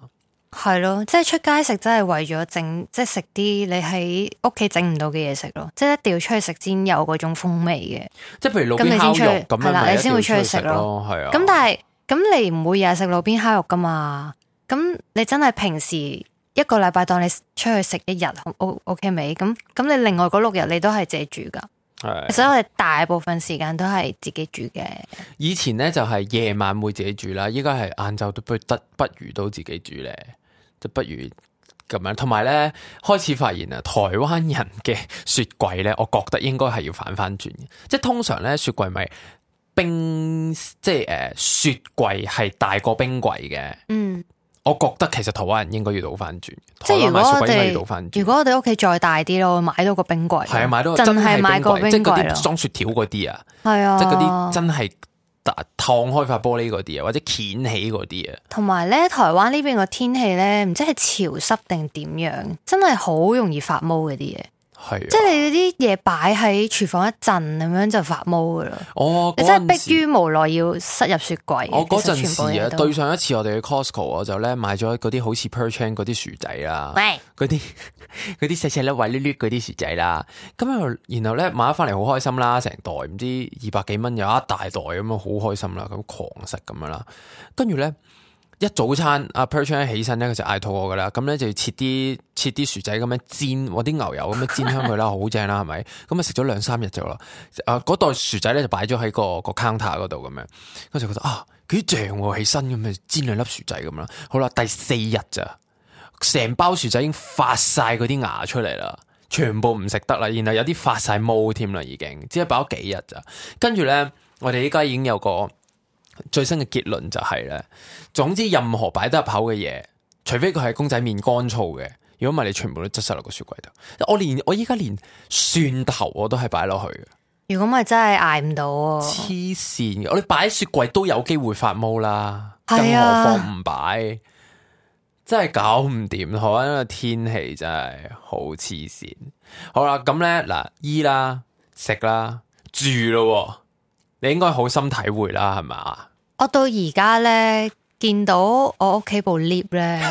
[SPEAKER 2] 係咯，即係出街食真係為咗整，即係食啲你喺屋企整唔到嘅嘢食咯，即係一定要出去食先有嗰種風味
[SPEAKER 1] 即係譬如路
[SPEAKER 2] 咁
[SPEAKER 1] 邊
[SPEAKER 2] 你
[SPEAKER 1] 烤
[SPEAKER 2] 先出去
[SPEAKER 1] 肉咁樣
[SPEAKER 2] 係啦
[SPEAKER 1] 咪一
[SPEAKER 2] 你
[SPEAKER 1] 定
[SPEAKER 2] 先
[SPEAKER 1] 要
[SPEAKER 2] 會
[SPEAKER 1] 出
[SPEAKER 2] 出
[SPEAKER 1] 去
[SPEAKER 2] 去
[SPEAKER 1] 食
[SPEAKER 2] 食
[SPEAKER 1] 咯，係啊。
[SPEAKER 2] 嘅。咁、但係咁你唔會日日食路邊烤肉噶嘛？咁你真係平時一個禮拜當你出去食一日，O O K 未？咁咁你另外嗰六日你都係自己煮噶，
[SPEAKER 1] 係
[SPEAKER 2] 所以我哋大部分時間都係自己煮嘅。
[SPEAKER 1] 以前咧就係夜晚會自己煮啦，依家係晏晝都不得不如都自己煮咧，就不如咁樣。同埋咧開始發現啊，台灣人嘅 雪櫃咧，我覺得應該係要反翻轉嘅，即係通常咧雪櫃咪冰，即係誒、呃雪櫃係大過冰櫃嘅。
[SPEAKER 2] 嗯，
[SPEAKER 1] 我覺得其實台灣人應該要倒翻轉，
[SPEAKER 2] 即
[SPEAKER 1] 台
[SPEAKER 2] 係
[SPEAKER 1] 灣
[SPEAKER 2] 如果
[SPEAKER 1] 買雪
[SPEAKER 2] 我
[SPEAKER 1] 櫃應該要倒翻
[SPEAKER 2] 哋
[SPEAKER 1] 轉
[SPEAKER 2] 如。果我哋屋企再大啲咯，買到個冰櫃，
[SPEAKER 1] 係啊，買到
[SPEAKER 2] 真
[SPEAKER 1] 係
[SPEAKER 2] 係買個
[SPEAKER 1] 個
[SPEAKER 2] 冰
[SPEAKER 1] 即係嗰
[SPEAKER 2] 櫃
[SPEAKER 1] 啲
[SPEAKER 2] 咯，
[SPEAKER 1] 裝雪條嗰啲啊。
[SPEAKER 2] 係啊，
[SPEAKER 1] 即係嗰啲真係打燙開塊玻璃嗰啲啊，或者掀起嗰啲啊，
[SPEAKER 2] 同埋咧，台灣呢邊個天氣咧，唔知係潮濕定點樣，真係好容易發毛嗰啲嘢。
[SPEAKER 1] 係
[SPEAKER 2] 即
[SPEAKER 1] 啊，
[SPEAKER 2] 係你嗰啲嘢擺喺廚房一陣咁樣就發毛噶啦，
[SPEAKER 1] 我
[SPEAKER 2] 你真係
[SPEAKER 1] 哦嗰
[SPEAKER 2] 逼
[SPEAKER 1] 陣時，
[SPEAKER 2] 於無奈要塞入雪櫃。
[SPEAKER 1] 我嗰陣
[SPEAKER 2] 其實全部
[SPEAKER 1] 時
[SPEAKER 2] 嘢
[SPEAKER 1] 啊，
[SPEAKER 2] 都
[SPEAKER 1] 對上一次我哋去 Costco，我就咧買咗嗰啲好似 Per Chain 嗰啲薯仔啊啦，
[SPEAKER 2] 喂，
[SPEAKER 1] 嗰啲 嗰啲細細粒滑溜溜嗰啲薯仔啦，咁又然後咧買咗翻嚟好開心啦，成袋唔知二百幾蚊有一大袋咁樣，好開心啦，咁狂食咁樣啦，跟住咧。一早餐阿 Per Chan 起身咧，佢就嗌肚餓噶啦，咁咧就要切啲切啲薯仔咁樣煎，搵啲牛油咁樣煎香佢啦，好正啦，係咪？咁啊食咗兩三日就啦，啊嗰袋薯仔咧就擺咗喺個個 counter 嗰度咁樣，跟住覺得啊幾正喎，起身咁啊煎兩粒薯仔咁啦，好啦，第四日咋，成包薯仔已經發晒嗰啲芽出嚟啦，全部唔食得啦，然後有啲發晒毛添啦，已經只係擺咗幾日咋，跟住咧我哋依家已經有個最新嘅結論就係、咧。總之任何擺得入口嘅嘢，除非佢係公仔麵乾燥嘅，如果唔係你全部都擠晒落個雪櫃度。我連我依家連蒜頭我都係擺落去嘅，
[SPEAKER 2] 如果咪真係捱唔到啊！
[SPEAKER 1] 黐線嘅。我哋擺喺雪櫃都有機會發毛啦，更
[SPEAKER 2] 係啊
[SPEAKER 1] 何況唔擺，真係搞唔掂。台灣嘅天氣真係好黐線。好啦，咁咧嗱，衣啦，食啦，住咯喎，你應該好深體會啦，係咪啊？
[SPEAKER 2] 我到而家咧見到我屋企部 lift 咧，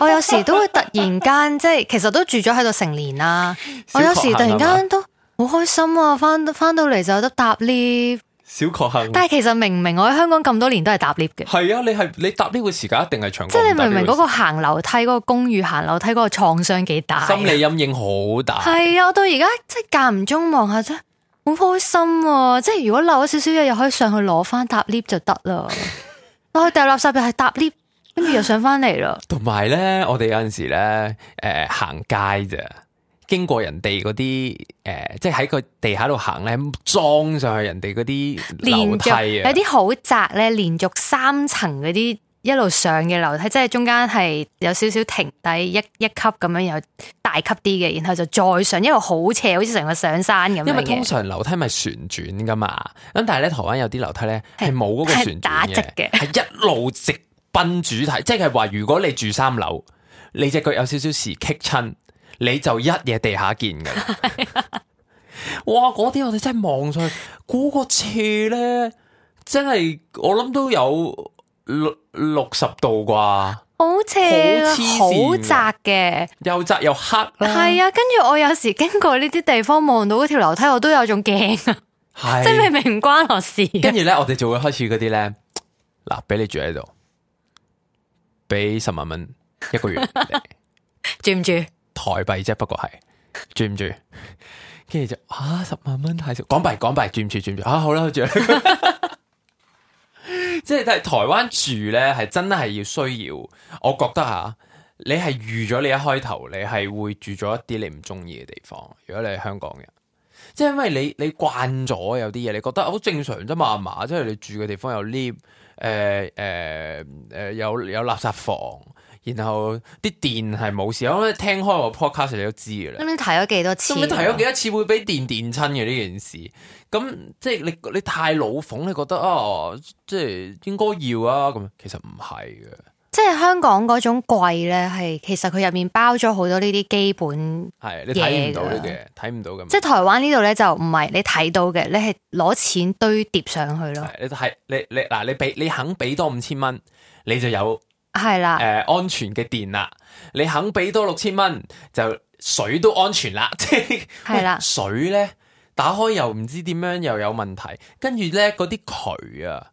[SPEAKER 2] 我有時都會突然間即係其實都住咗喺度成年啦，我有時突然間都好開心啊！翻翻到嚟就有得搭 lift。
[SPEAKER 1] 小確幸。
[SPEAKER 2] 但係其實明明我喺香港咁多年都係搭 lift 嘅，
[SPEAKER 1] 系啊，你系你搭呢個時間一定係長
[SPEAKER 2] 即
[SPEAKER 1] 過唔
[SPEAKER 2] 係你
[SPEAKER 1] 搭呢個
[SPEAKER 2] 明
[SPEAKER 1] 時間，
[SPEAKER 2] 明嗰個行樓梯嗰個公寓行樓梯嗰個創傷幾大，
[SPEAKER 1] 心理陰影好大，
[SPEAKER 2] 係啊！我到而家即係間唔中望下啫，好開心啊！即係如果漏咗少少嘢，又可以上去攞翻搭 lift 就得 啦。落去掉垃圾又係搭 lift，跟住又上翻嚟啦。
[SPEAKER 1] 同埋咧，我哋有阵時咧，诶、行街咋，經過人哋嗰啲诶，即係喺個地下度行咧，裝上去人哋嗰啲
[SPEAKER 2] 連
[SPEAKER 1] 樓梯
[SPEAKER 2] 續有
[SPEAKER 1] 啊，
[SPEAKER 2] 啲好窄咧，連續三層嗰啲一路上嘅樓梯，即係中間係有少少停低一一級咁樣，有大級啲嘅，然後就再上一路好斜，好似成個上山咁樣
[SPEAKER 1] 因為通
[SPEAKER 2] 嘅，
[SPEAKER 1] 常樓梯咪旋轉噶嘛，咁但係咧台灣有啲樓梯咧係
[SPEAKER 2] 係
[SPEAKER 1] 冇嗰個旋
[SPEAKER 2] 係打
[SPEAKER 1] 轉
[SPEAKER 2] 直
[SPEAKER 1] 嘅，
[SPEAKER 2] 嘅
[SPEAKER 1] 係一路直奔主題，即係話如果你住三樓，你只腳有少少時棘親，你就一夜地下見噶啦。哇！嗰啲我哋真係望上去，嗰、個斜咧，真係我諗都有六六十度啩，
[SPEAKER 2] 好斜啊，
[SPEAKER 1] 好
[SPEAKER 2] 好
[SPEAKER 1] 黐線
[SPEAKER 2] 窄嘅。
[SPEAKER 1] 又窄又黑 啦，
[SPEAKER 2] 係啊，跟住我有時經過呢啲地方，望到嗰條樓梯，我都有種驚啊！
[SPEAKER 1] 係
[SPEAKER 2] 即係明明唔關我事 嘅，
[SPEAKER 1] 跟住咧，我哋就會開始嗰啲咧，嗱，俾你住喺度，俾十萬蚊一個月，你
[SPEAKER 2] 住唔住？
[SPEAKER 1] 台幣啫，不過係住唔住？跟住就啊，十萬蚊太少，港幣港幣住唔住住唔住？啊，好啦，住啦。 即係但係台灣住咧，係真係要需要，我覺得吓，你係預咗你一開頭，你係會住咗一啲你唔中意嘅地方。如果你係香港人，即係因為你你慣咗有啲嘢，你覺得好正常啫嘛，係嘛？即係你住嘅地方有 lift，誒誒誒有有垃圾房，然後啲電係冇事。我諗你聽開我 podcast 你都知嘅啦
[SPEAKER 2] 咁。你睇咗幾多次？啊
[SPEAKER 1] 咁你提咗幾多次會俾電電親嘅呢件事？咁即係你你太老奉，你覺得哦，即係應該要啊咁，其實唔係嘅。
[SPEAKER 2] 即係香港嗰種貴呢，係其實佢入面包咗好多呢啲基本，
[SPEAKER 1] 係你睇唔到呢
[SPEAKER 2] 嘢
[SPEAKER 1] 嘅，睇唔到咁。
[SPEAKER 2] 即係台灣呢度呢，就唔係你睇到嘅，你係攞錢堆疊上去咯，
[SPEAKER 1] 係你係你你嗱，你俾你肯俾多五千蚊，你就有
[SPEAKER 2] 係
[SPEAKER 1] 誒、
[SPEAKER 2] 啦，
[SPEAKER 1] 呃安全嘅電啦。你肯俾多六千蚊，就水都安全啦。 即係
[SPEAKER 2] 係啦
[SPEAKER 1] 喂水咧打開又唔知點樣又有問題，跟住咧嗰啲渠啊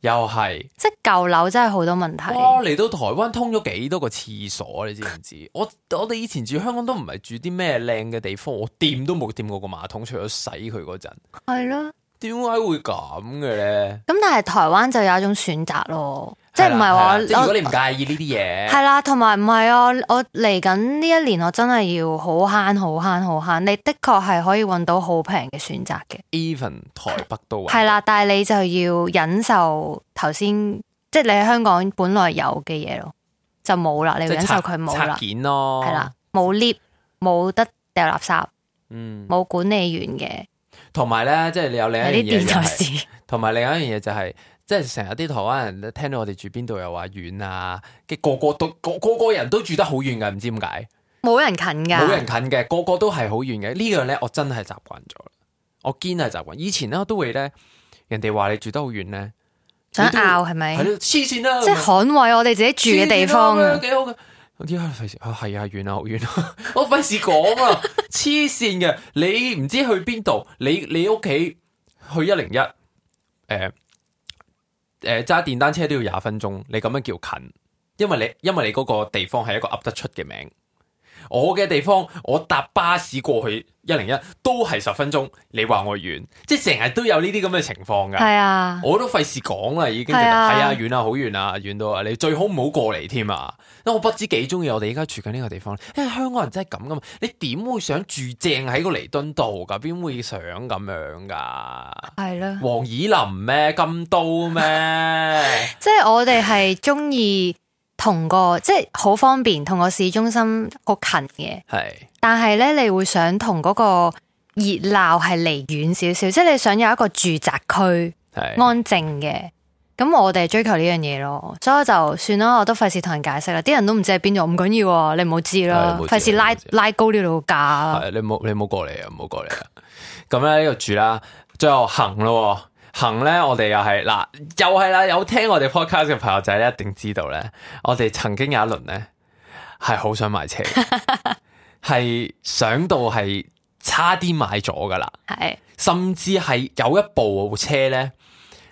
[SPEAKER 1] 又係。
[SPEAKER 2] 即係舊樓真係好多問題，
[SPEAKER 1] 哇！嚟到台灣通咗幾多個廁所，你知唔知？我我哋以前住香港都唔係住啲咩靚嘅地方，我掂都冇掂過個馬桶，除咗洗佢嗰陣。
[SPEAKER 2] 係咯。
[SPEAKER 1] 點解會咁嘅咧？
[SPEAKER 2] 咁但係台灣就有一種選擇咯，即係唔係
[SPEAKER 1] 啦
[SPEAKER 2] 話
[SPEAKER 1] 啦即係如果你唔
[SPEAKER 2] 我
[SPEAKER 1] 介意呢啲嘢，
[SPEAKER 2] 係啦，同埋唔係啊，我嚟緊呢一年我真係要好慳好慳好慳，你的確係可以揾到好平嘅選擇嘅，
[SPEAKER 1] even 台北都啊
[SPEAKER 2] 係啦，但係你就要忍受頭先，即係你喺香港本來有嘅嘢咯，就冇啦，你
[SPEAKER 1] 即
[SPEAKER 2] 要
[SPEAKER 1] 係
[SPEAKER 2] 忍受
[SPEAKER 1] 拆
[SPEAKER 2] 佢冇
[SPEAKER 1] 拆
[SPEAKER 2] 啦，
[SPEAKER 1] 件咯，
[SPEAKER 2] 係啦，，冇 lift，冇得掉垃圾，
[SPEAKER 1] 嗯，
[SPEAKER 2] 冇管理員嘅，
[SPEAKER 1] 同埋咧，即係你有另一
[SPEAKER 2] 有啲
[SPEAKER 1] 樣嘢
[SPEAKER 2] 電
[SPEAKER 1] 就
[SPEAKER 2] 就
[SPEAKER 1] 係，
[SPEAKER 2] 是
[SPEAKER 1] 同埋另一樣嘢就係，即係成日啲台灣人聽到我哋住邊度又話遠啊，嘅個個都個個個人都住得好遠㗎，唔知點解
[SPEAKER 2] 冇人近
[SPEAKER 1] 冇人
[SPEAKER 2] 㗎，
[SPEAKER 1] 近嘅，個個都係好遠嘅。呢樣咧，我真係習慣咗啦，我堅係習慣。以前咧我都會咧，人哋話你住得好遠咧，
[SPEAKER 2] 想
[SPEAKER 1] 你都會
[SPEAKER 2] 拗係咪
[SPEAKER 1] 係？咯，黐線啦，
[SPEAKER 2] 即係捍衛我哋自己住嘅地方啊！
[SPEAKER 1] 幾好嘅。我啲啊費事啊係啊遠啊好遠啊， 我費事講啊，黐線嘅，你唔知去邊度，你你屋企去一零一，誒誒揸電單車都要廿分鐘，你咁樣叫近，因為你因為你嗰個地方係一個噏得出嘅名。我嘅地方，我搭巴士過去一零一都係十分鐘，你話我遠，即係成日都有呢啲咁嘅情況㗎。
[SPEAKER 2] 係啊，
[SPEAKER 1] 我都費事講啦，已經就係
[SPEAKER 2] 係啊
[SPEAKER 1] 啊，遠啊，好遠啊，遠到啊，你最好唔好過嚟添啊！因為我不知幾中意我哋而家住緊呢個地方，因為香港人真係咁噶嘛，你點會想住正喺個彌敦道噶？邊會想咁樣噶？
[SPEAKER 2] 係咯。
[SPEAKER 1] 黃以林咩？金都咩？
[SPEAKER 2] 即係我哋係中意同個即係好方便，同個市中心好近嘅。
[SPEAKER 1] 係
[SPEAKER 2] 但係咧，你會想同嗰個熱鬧係離遠少少，即係你想有一個住宅區
[SPEAKER 1] 係
[SPEAKER 2] 安靜嘅。咁我哋係追求呢樣嘢咯，所以我就算啦，我都費事同人解釋啦。啲人都唔知喺邊度，唔緊要啊，你唔好知啦
[SPEAKER 1] 係，冇知
[SPEAKER 2] 費事
[SPEAKER 1] 冇
[SPEAKER 2] 拉
[SPEAKER 1] 知
[SPEAKER 2] 拉高呢度個價啊。
[SPEAKER 1] 係，你冇你冇過嚟啊！唔好過嚟啊！咁咧呢度住啦，最後行咯喎，行咧我哋又係嗱，又係啦，有聽我哋 podcast 嘅朋友仔咧，一定知道咧，我哋曾經有一輪咧係好想買車嘅，係想到係差啲買咗噶啦，
[SPEAKER 2] 係
[SPEAKER 1] 甚至係有一部車咧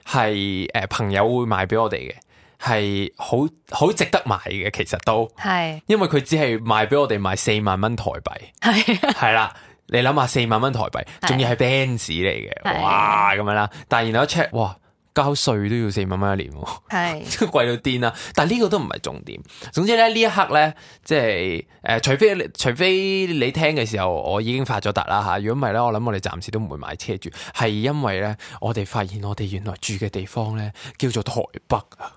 [SPEAKER 1] 係誒朋友會買俾我哋嘅，係好好值得買嘅，其實都。
[SPEAKER 2] 係
[SPEAKER 1] 因為佢只係賣俾我哋賣四萬蚊台幣，
[SPEAKER 2] 係
[SPEAKER 1] 係啦，你諗下四萬蚊台幣，
[SPEAKER 2] 係
[SPEAKER 1] 仲要係 Benz 嚟嘅，
[SPEAKER 2] 係
[SPEAKER 1] 哇咁樣啦。但係然後一 check，哇，交税都要四萬蚊一年喎，
[SPEAKER 2] 係
[SPEAKER 1] 貴到癲啦。但係呢個都唔係重點。總之咧，呢一刻咧，即係誒、呃除非你除非你聽嘅時候，我已經發咗達啦吓。如果唔係咧，我諗我哋暫時都唔會買車住，係因為咧，我哋發現我哋原來住嘅地方咧叫做台北啊，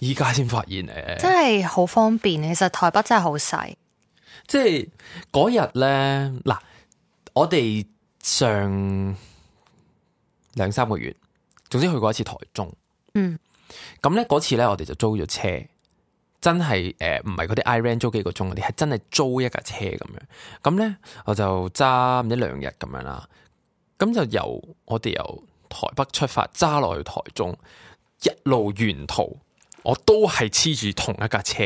[SPEAKER 1] 依家先發現誒。
[SPEAKER 2] 真係好方便。其實台北真係好細，
[SPEAKER 1] 即系嗰日咧，嗱，我哋上兩三個月，總之去過一次台中。
[SPEAKER 2] 嗯，
[SPEAKER 1] 咁咧嗰次咧，我哋就租咗車，真係诶，唔係嗰啲 i r a n 租幾個鐘嗰啲，係真係租一架車咁樣。咁咧我就揸唔一兩日咁樣啦。咁就由我哋由台北出發，揸落去台中，一路沿途我都係黐住同一架車。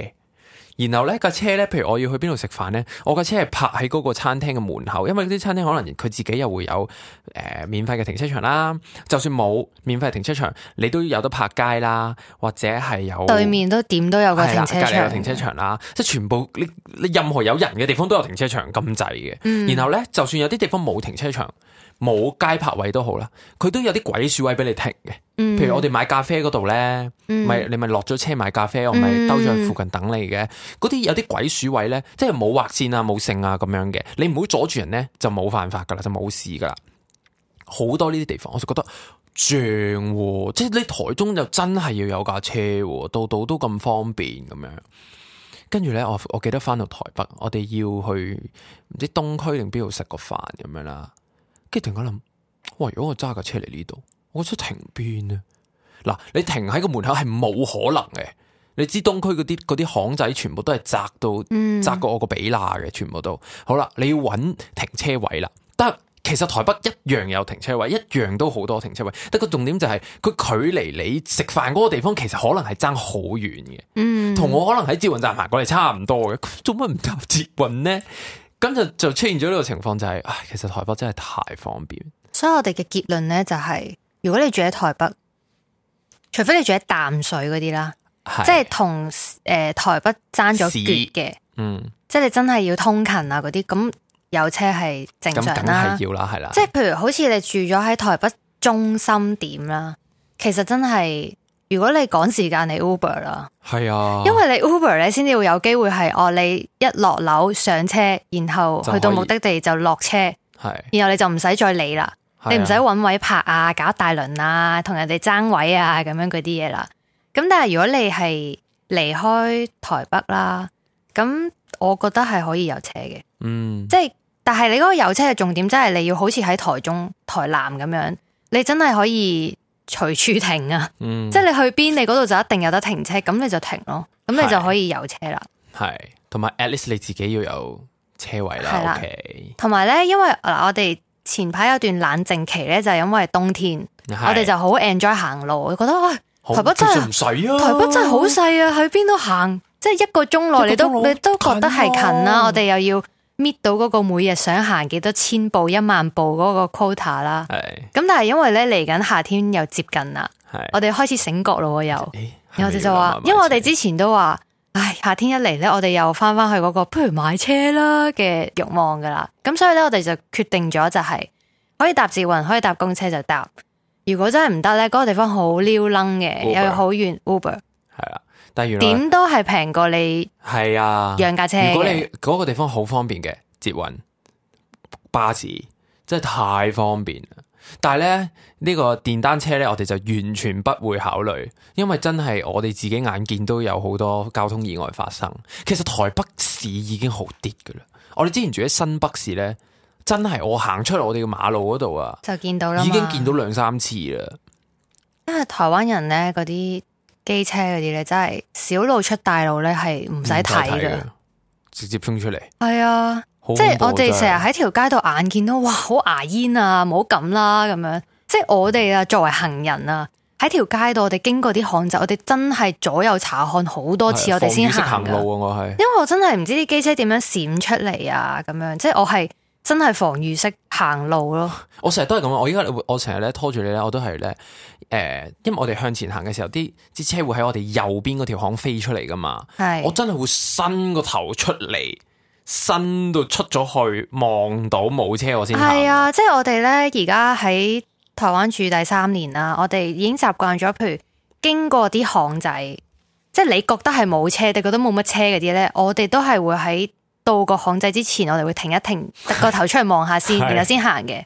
[SPEAKER 1] 然後咧架車咧，譬如我要去邊度食飯咧，我架車係泊喺嗰個餐廳嘅門口，因為啲餐廳可能佢自己又會有诶、呃免費嘅停車場啦。就算冇免費停車場，你都有得泊街啦，或者係有
[SPEAKER 2] 對面都點都有個
[SPEAKER 1] 哦係啦
[SPEAKER 2] 停車
[SPEAKER 1] 隔離有
[SPEAKER 2] 場，
[SPEAKER 1] 停車場啦，即係全部你你任何有人嘅地方都有停車場咁滯嘅。
[SPEAKER 2] 嗯
[SPEAKER 1] 然後咧，就算有啲地方冇停車場、冇街泊位都好啦，佢都有啲鬼鼠位俾你停嘅。
[SPEAKER 2] 嗯
[SPEAKER 1] 譬如我哋買咖啡嗰度咧，咪、你咪落咗車買咖啡，我咪兜咗去附近等你嘅。嗰啲有啲鬼鼠位咧，即係冇劃線啊、冇剩啊咁樣嘅，你唔好阻住人咧，就冇犯法噶啦，就冇事噶啦。好多呢啲地方，我就覺得正喎、即係你台中就真係要有架車喎、度度都咁方便咁樣。跟住咧，我我記得翻到台北，我哋要去唔知東區定邊度食個飯咁樣啦。跟住突然間諗，哇！如果我揸架車嚟呢度，我想停邊啊？嗱，你停喺個門口係冇可能嘅。你知東區嗰啲嗰啲巷仔全部都係窄到
[SPEAKER 2] 嗯
[SPEAKER 1] 窄過我個比罅嘅，全部都好啦。你要揾停車位啦，得。其實台北一樣有停車位，一樣都好多停車位。得個重點就係、佢距離你食飯嗰個地方其實可能係爭好遠嘅。
[SPEAKER 2] 嗯，
[SPEAKER 1] 同我可能喺捷運站行過嚟差唔多嘅， 做乜唔搭捷運呢？咁就就出現咗呢個情況，就係、唉，其實台北真係太方便，
[SPEAKER 2] 所以我哋嘅結論呢，就係，如果你住喺台北，除非你住喺淡水嗰啲啦，即係同诶台北爭咗
[SPEAKER 1] 市
[SPEAKER 2] 橛嘅，
[SPEAKER 1] 嗯，
[SPEAKER 2] 即係你真係要通勤啊嗰啲，咁有車係正
[SPEAKER 1] 咁
[SPEAKER 2] 常
[SPEAKER 1] 梗
[SPEAKER 2] 啦
[SPEAKER 1] 係。要啦，係啦，
[SPEAKER 2] 即係譬如好似你住咗喺台北中心點啦，其實真係如果你趕時間你 Uber 啦，
[SPEAKER 1] 係啊，
[SPEAKER 2] 因為你 Uber 咧先至會有機會係哦，你一落樓上車，然後
[SPEAKER 1] 就
[SPEAKER 2] 去到
[SPEAKER 1] 可以
[SPEAKER 2] 目的地就落車，
[SPEAKER 1] 係
[SPEAKER 2] 然後你就唔使再理啦，
[SPEAKER 1] 係啊
[SPEAKER 2] 你唔使揾位泊啊，搞大輪啊，同人哋爭位啊咁樣嗰啲嘢啦。咁但係如果你係離開台北啦，咁我覺得係可以有車嘅。
[SPEAKER 1] 嗯
[SPEAKER 2] 即係，但係你嗰個有車嘅重點，真係你要好似喺台中、台南咁樣，你真係可以隨處停啊！
[SPEAKER 1] 嗯，
[SPEAKER 2] 即係你去邊，你嗰度就一定有得停車，咁你就停咯，咁你就
[SPEAKER 1] 係
[SPEAKER 2] 可以有車啦。
[SPEAKER 1] 係同埋 at least 你自己要有車位
[SPEAKER 2] 係
[SPEAKER 1] 啦
[SPEAKER 2] 啦
[SPEAKER 1] ，OK，
[SPEAKER 2] 同埋咧，因為嗱，我哋前排有段冷靜期咧，就係因為冬天，我哋就好 enjoy 行路，我覺得啊唉
[SPEAKER 1] 好
[SPEAKER 2] 台北真
[SPEAKER 1] 其實唔
[SPEAKER 2] 係
[SPEAKER 1] 使啊，
[SPEAKER 2] 台北真係好細啊，去邊度行，即係一個鐘內
[SPEAKER 1] 一
[SPEAKER 2] 你
[SPEAKER 1] 個鐘
[SPEAKER 2] 都
[SPEAKER 1] 內
[SPEAKER 2] 你都覺得係
[SPEAKER 1] 近
[SPEAKER 2] 近
[SPEAKER 1] 喎
[SPEAKER 2] 啦。我哋又要搣到嗰個每日想行幾多千步、一萬步嗰個 quota 啦。
[SPEAKER 1] 係
[SPEAKER 2] 咁但係因為咧嚟緊夏天又接近啦，
[SPEAKER 1] 係，
[SPEAKER 2] 我哋開始醒覺咯喎又，
[SPEAKER 1] 誒係咪
[SPEAKER 2] 然後我哋就
[SPEAKER 1] 要
[SPEAKER 2] 話
[SPEAKER 1] 慢慢，
[SPEAKER 2] 因為我哋
[SPEAKER 1] 先
[SPEAKER 2] 之前都話，唉夏天一嚟咧，我哋又翻翻去嗰個不如買車啦嘅慾望噶啦，咁所以咧我哋就決定咗就係可以搭捷運，可以搭公車就搭。如果真係唔得咧，嗰、個地方好溜楞嘅，
[SPEAKER 1] Uber
[SPEAKER 2] 又好遠 Uber，
[SPEAKER 1] 係啦，但係原來
[SPEAKER 2] 點都係平過你
[SPEAKER 1] 係啊，
[SPEAKER 2] 養架車
[SPEAKER 1] 如果你
[SPEAKER 2] 嘅。
[SPEAKER 1] 嗰個地方好方便嘅捷運、巴士，真係太方便啦。但係咧呢、個電單車咧，我哋就完全不會考慮，因為真係我哋自己眼見都有好多交通意外發生。其實台北市已經好啲噶啦，我哋之前住喺新北市咧，真係我行出嚟我哋嘅馬路嗰度啊，
[SPEAKER 2] 就見到啦嘛，
[SPEAKER 1] 已經見到兩三次啦。
[SPEAKER 2] 因為台灣人咧嗰啲機車嗰啲咧，真係小路出大路咧係唔使睇
[SPEAKER 1] 唔使
[SPEAKER 2] 嘅
[SPEAKER 1] 㗎，直接衝出嚟，
[SPEAKER 2] 係啊。
[SPEAKER 1] 好
[SPEAKER 2] 即係
[SPEAKER 1] 恐怖
[SPEAKER 2] 我哋
[SPEAKER 1] 真
[SPEAKER 2] 成日
[SPEAKER 1] 係
[SPEAKER 2] 喺條街度眼見到，哇，好牙煙啊，唔好咁啦咁樣。即係我哋啊，作為行人啊，喺條街度，我哋經過啲巷仔，我哋真係左右查看好多次，
[SPEAKER 1] 係啊
[SPEAKER 2] 我哋先
[SPEAKER 1] 防
[SPEAKER 2] 行
[SPEAKER 1] 禦
[SPEAKER 2] 噶。
[SPEAKER 1] 式行路啊，我係。
[SPEAKER 2] 因為我真係唔知啲機車點樣閃出嚟啊，咁樣即係我係真係防禦式行路咯。
[SPEAKER 1] 我成日都係咁啊！我依家會我成日咧拖住你咧，我都係咧誒，因為我哋向前行嘅時候，啲啲車會喺我哋右邊嗰條巷飛出嚟噶嘛。我
[SPEAKER 2] 係
[SPEAKER 1] 真係會伸個頭出嚟，伸到出咗去，望到冇車我先行。
[SPEAKER 2] 係，啊，即係我哋咧而家喺台灣住第三年啦，我哋已經習慣咗，譬如經過啲巷仔，即係你覺得係冇車，你覺得冇乜車嗰啲咧，我哋都係會喺到個巷仔之前，我哋會停一停，突個頭出去望下先，
[SPEAKER 1] 係
[SPEAKER 2] 然後先行嘅。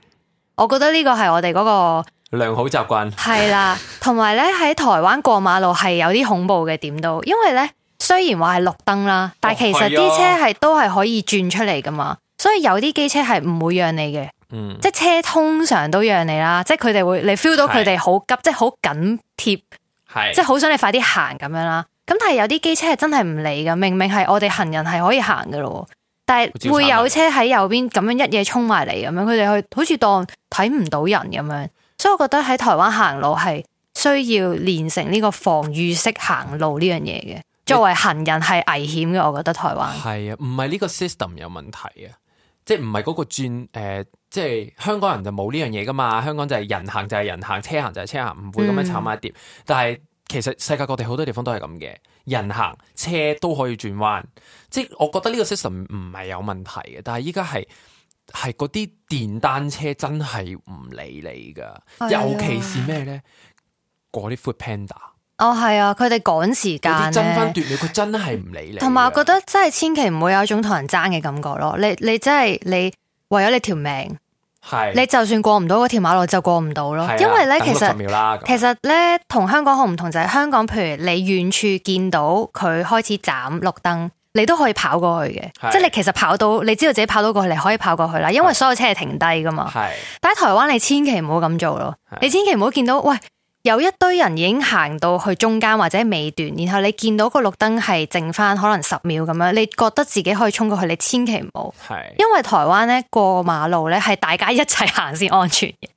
[SPEAKER 2] 我覺得呢個係我哋嗰、個
[SPEAKER 1] 良好習慣。
[SPEAKER 2] 係啦，同埋咧喺台灣過馬路係有啲恐怖嘅點都，因為咧雖然話係綠燈啦，但係其實
[SPEAKER 1] 哦
[SPEAKER 2] 啲車
[SPEAKER 1] 係啊
[SPEAKER 2] 係都係可以轉出嚟噶嘛，所以有啲機車係唔會讓你嘅。
[SPEAKER 1] 嗯，
[SPEAKER 2] 即係車通常都讓你啦，即係佢哋會你 feel 到佢哋好急，即係好緊貼，即
[SPEAKER 1] 係
[SPEAKER 2] 係好想你快啲行咁樣啦。咁但係有啲機車係真係唔理噶，明明係我哋行人係可以行噶咯喎，但係
[SPEAKER 1] 啊
[SPEAKER 2] 會有車喺右邊咁樣一嘢衝埋嚟咁樣，佢哋去好似當睇唔到人咁樣。所以我覺得喺台灣行路係需要練成呢個防禦式行路呢樣嘢嘅。作為行人係危險嘅，我覺得台灣
[SPEAKER 1] 係啊，唔係呢個 system 有問題啊，即係唔係嗰個轉誒、呃即係香港人就冇呢樣嘢噶嘛，香港就係人行就係人行，車行就係車行，唔會咁樣炒埋一碟。但係其實世界各地好多地方都係咁嘅，人行車都可以轉彎，即係我覺得呢個 system 唔係有問題嘅，但係依家係。係嗰啲電單車真係唔理你噶，
[SPEAKER 2] 係啊
[SPEAKER 1] 尤其是咩咧？嗰啲 Food Panda
[SPEAKER 2] 哦係啊，佢哋趕時
[SPEAKER 1] 嗰啲
[SPEAKER 2] 間
[SPEAKER 1] 爭
[SPEAKER 2] 咧
[SPEAKER 1] 分。奪秒，佢真係唔理你㗎。啊
[SPEAKER 2] 同埋我覺得真係千祈唔會有一種同人爭嘅感覺咯。你你真係你為咗你條命，
[SPEAKER 1] 係
[SPEAKER 2] 你就算過唔到嗰條馬路就過唔到咯
[SPEAKER 1] 係啊，
[SPEAKER 2] 因為咧
[SPEAKER 1] 等
[SPEAKER 2] 其
[SPEAKER 1] 60
[SPEAKER 2] 實
[SPEAKER 1] 秒啦，
[SPEAKER 2] 其
[SPEAKER 1] 咁
[SPEAKER 2] 實咧同香港好唔同就係、香港，譬如你遠處見到佢開始斬綠燈，你都可以跑過去
[SPEAKER 1] 係
[SPEAKER 2] 嘅，即係你其實跑到你知道自己跑到過去，你可以跑過去啦，因為所有車係停低噶嘛。
[SPEAKER 1] 係
[SPEAKER 2] 但喺台灣你千祈唔好咁做咯
[SPEAKER 1] 係，
[SPEAKER 2] 你千祈唔好見到喂。有一堆人已經行到去中間或者尾段，然後你見到個綠燈係剩翻可能十秒咁樣，你覺得自己可以衝過去，你千祈唔好。
[SPEAKER 1] 係，
[SPEAKER 2] 因為台灣咧過馬路咧係大家一齊行先安全嘅，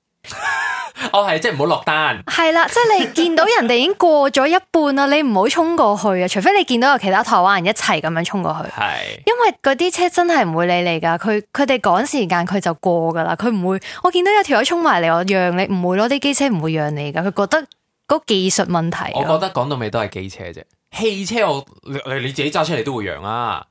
[SPEAKER 1] 哦係即係唔好落單，
[SPEAKER 2] 係啦，即係你見到人哋已經過咗一半啦，你唔好衝過去啊，除非你見到有其他台灣人一齊咁樣衝過去，
[SPEAKER 1] 係
[SPEAKER 2] 因為嗰啲車真係唔會理你噶，佢佢哋趕時間佢就過噶啦，佢唔會，我見到有條友衝埋嚟，我讓你唔會咯，啲機車唔會讓你噶，佢覺得嗰技術問題
[SPEAKER 1] 我覺
[SPEAKER 2] 啊，
[SPEAKER 1] 得講到尾都係機車啫，汽車我你你你自己揸出嚟都會讓啊，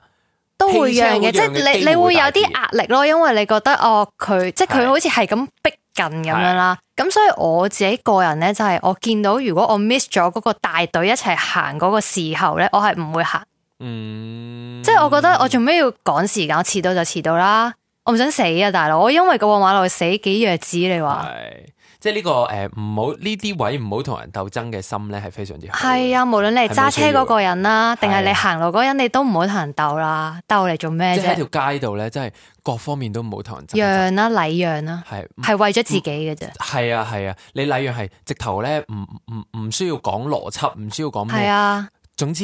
[SPEAKER 2] 都會讓
[SPEAKER 1] 汽
[SPEAKER 2] 嘅，即
[SPEAKER 1] 車會讓嘅
[SPEAKER 2] 係
[SPEAKER 1] 機
[SPEAKER 2] 你
[SPEAKER 1] 會
[SPEAKER 2] 你會有
[SPEAKER 1] 大啲
[SPEAKER 2] 啲壓力咯，因為你覺得哦佢即係
[SPEAKER 1] 係
[SPEAKER 2] 佢好似係咁逼近咁樣啦。咁所以我自己個人咧，就係、我見到如果我 miss 咗嗰個大隊一齊行嗰個時候咧，我係唔會行，
[SPEAKER 1] 嗯，
[SPEAKER 2] 即係我覺得我做咩要趕時間？我遲到就遲到啦，我唔想死啊，大佬！我因為個馬路死幾弱智，你話
[SPEAKER 1] 係即係呢個誒唔好呢啲位唔好同人鬥爭嘅心咧係非常之好嘅，
[SPEAKER 2] 係啊？無論你係揸車嗰個人啦，定係
[SPEAKER 1] 係
[SPEAKER 2] 你行路嗰個人，你都唔好同人鬥啦，鬥嚟做咩
[SPEAKER 1] 即係
[SPEAKER 2] 啫？
[SPEAKER 1] 喺條街度咧，真係各方面都唔好同人爭。
[SPEAKER 2] 讓啦，禮讓啦，
[SPEAKER 1] 係
[SPEAKER 2] 係為咗自己嘅啫。
[SPEAKER 1] 係啊係啊，你禮讓係直頭咧，唔唔唔需要講邏輯，唔需要講
[SPEAKER 2] 係
[SPEAKER 1] 咩，
[SPEAKER 2] 啊。
[SPEAKER 1] 總之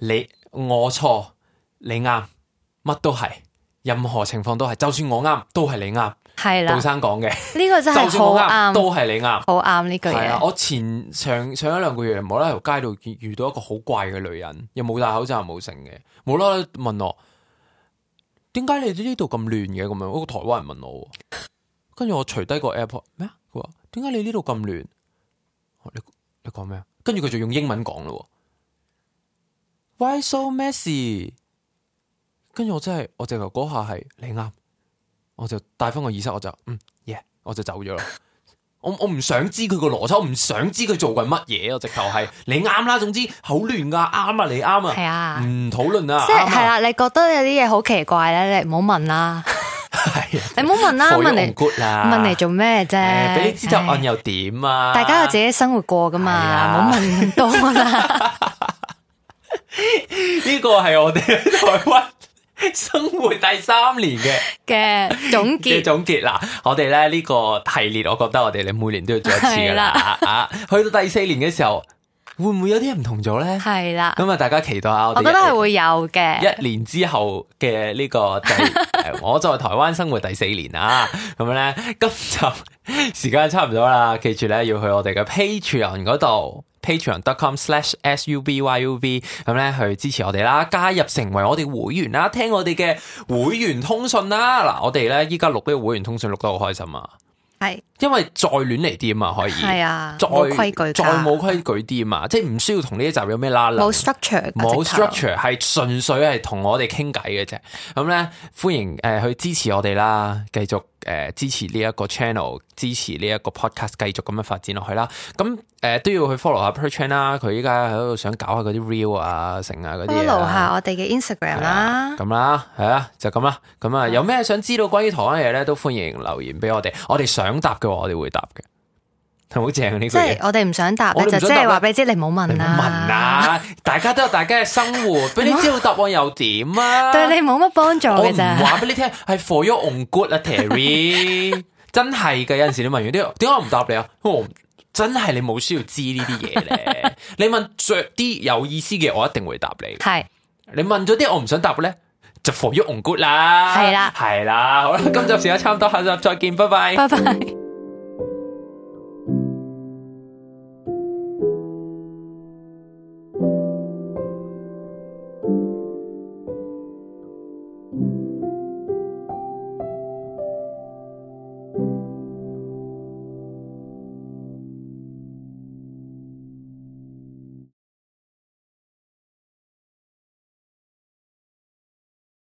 [SPEAKER 1] 你我錯，你啱，乜都係，任何情況都係，就算我啱都係你啱。
[SPEAKER 2] 系啦
[SPEAKER 1] 杜，生講嘅，
[SPEAKER 2] 呢個真
[SPEAKER 1] 就
[SPEAKER 2] 係
[SPEAKER 1] 算我
[SPEAKER 2] 好
[SPEAKER 1] 啱
[SPEAKER 2] 啱，
[SPEAKER 1] 都係你啱。
[SPEAKER 2] 好啱呢句
[SPEAKER 1] 係啊，
[SPEAKER 2] 嘢。
[SPEAKER 1] 我前上上一兩個月無啦啦條街度遇遇到一個好怪嘅女人，又冇戴口罩又冇剩嘅，無啦啦問我點解你哋呢度咁亂嘅咁樣，嗰個台灣人問我喎，跟住我除低個 app 咩啊？佢話點解你呢度咁亂？我你你講咩啊？跟住佢就用英文講咯喎，Why so messy？跟住我真係我直頭嗰下係你啱，我就帶翻個耳塞，我就嗯 yeah，我就走咗啦。我我唔想知佢個邏輯，我唔想知佢做緊乜嘢啊！直頭係你啱啦，總之好亂噶，啱啊，你啱
[SPEAKER 2] 係
[SPEAKER 1] 啊，
[SPEAKER 2] 啊，
[SPEAKER 1] 唔討論啊，
[SPEAKER 2] 即係
[SPEAKER 1] 啱
[SPEAKER 2] 係
[SPEAKER 1] 啊，
[SPEAKER 2] 啦，你覺得有啲嘢好奇怪咧，你唔好問啦，
[SPEAKER 1] 係啊，
[SPEAKER 2] 你唔好問啦，
[SPEAKER 1] For your
[SPEAKER 2] 問
[SPEAKER 1] own
[SPEAKER 2] 嚟
[SPEAKER 1] good 啦，
[SPEAKER 2] 問嚟做咩啫
[SPEAKER 1] 誒？俾你知答
[SPEAKER 2] 唉
[SPEAKER 1] 案又點啊？
[SPEAKER 2] 大家有自己生活過噶
[SPEAKER 1] 係啊
[SPEAKER 2] 嘛，唔好問咁多啦。
[SPEAKER 1] 呢個係我哋喺台灣生活第三年嘅
[SPEAKER 2] 嘅總
[SPEAKER 1] 嘅
[SPEAKER 2] 結
[SPEAKER 1] 總結啦。我哋咧呢個系列，我覺得我哋每年都要做一次噶啦。啊，去到第四年嘅時候，會唔會有啲人唔同咗咧？
[SPEAKER 2] 係啦，
[SPEAKER 1] 咁啊，大家期待下我哋
[SPEAKER 2] 我
[SPEAKER 1] 一
[SPEAKER 2] 覺得
[SPEAKER 1] 年
[SPEAKER 2] 係會有嘅，
[SPEAKER 1] 一年之後嘅呢個 第誒我在台灣生活第四年啊， 咁樣咧，今集 時間差唔多啦，記住咧要去我哋嘅 Patreon 嗰度。patreon.com/subyuv 咁咧去支持我哋啦，加入成為我哋會員啦，聽我哋嘅會員通訊啦。嗱，我哋咧依家錄呢個會員通訊錄得好開心啊，
[SPEAKER 2] 係
[SPEAKER 1] 因為再亂嚟啲啊嘛，可以
[SPEAKER 2] 係啊，
[SPEAKER 1] 再
[SPEAKER 2] 冇規矩㗎，
[SPEAKER 1] 再冇規矩啲啊嘛，即係唔需要同呢一集有咩拉楞
[SPEAKER 2] 冇 structure，㗎
[SPEAKER 1] 冇
[SPEAKER 2] 直頭
[SPEAKER 1] structure，係純粹係同我哋傾偈嘅啫。咁咧，歡迎誒、呃去支持我哋啦，繼續誒、呃支持呢一個 channel，支持呢一個 podcast，繼續咁樣發展落去啦。咁誒、呃都要去 follow 下 Per Chan 啦，佢依家喺度想搞下嗰啲 reel 啊、成啊嗰啲嘢
[SPEAKER 2] follow
[SPEAKER 1] 啦。
[SPEAKER 2] 下我哋嘅 Instagram
[SPEAKER 1] 係啊
[SPEAKER 2] 啦，
[SPEAKER 1] 咁啦，係啊，就咁啦。咁啊，有咩想知道關於台灣嘅嘢咧，都歡迎留言俾我哋。我哋想答嘅話，我哋會答嘅。 係咪好正啊呢
[SPEAKER 2] 即
[SPEAKER 1] 個嘢
[SPEAKER 2] 係。我哋唔想答
[SPEAKER 1] 我
[SPEAKER 2] 咧，
[SPEAKER 1] 哋唔
[SPEAKER 2] 就即
[SPEAKER 1] 想答
[SPEAKER 2] 係
[SPEAKER 1] 咧
[SPEAKER 2] 話俾你知，你唔好
[SPEAKER 1] 你
[SPEAKER 2] 問
[SPEAKER 1] 唔好
[SPEAKER 2] 啦，
[SPEAKER 1] 問啊！大家都有大家嘅生 活，俾你知道答案又點啊？
[SPEAKER 2] 對你冇乜幫助
[SPEAKER 1] 我唔
[SPEAKER 2] 嘅咋。
[SPEAKER 1] 話俾你聽，係 for your own good 啊，Terry，真 係嘅。有陣時你問完啲，點解我唔答你啊？因為我唔真係你冇需要知呢啲嘢 咧。你問着啲有意思嘅，我一定會答你。
[SPEAKER 2] 係，
[SPEAKER 1] 你問咗啲我唔想答嘅咧，就 for your own good 啦。
[SPEAKER 2] 係啦
[SPEAKER 1] 係啦，好啦，今集時間差唔多，下集再見，拜拜。
[SPEAKER 2] 拜拜。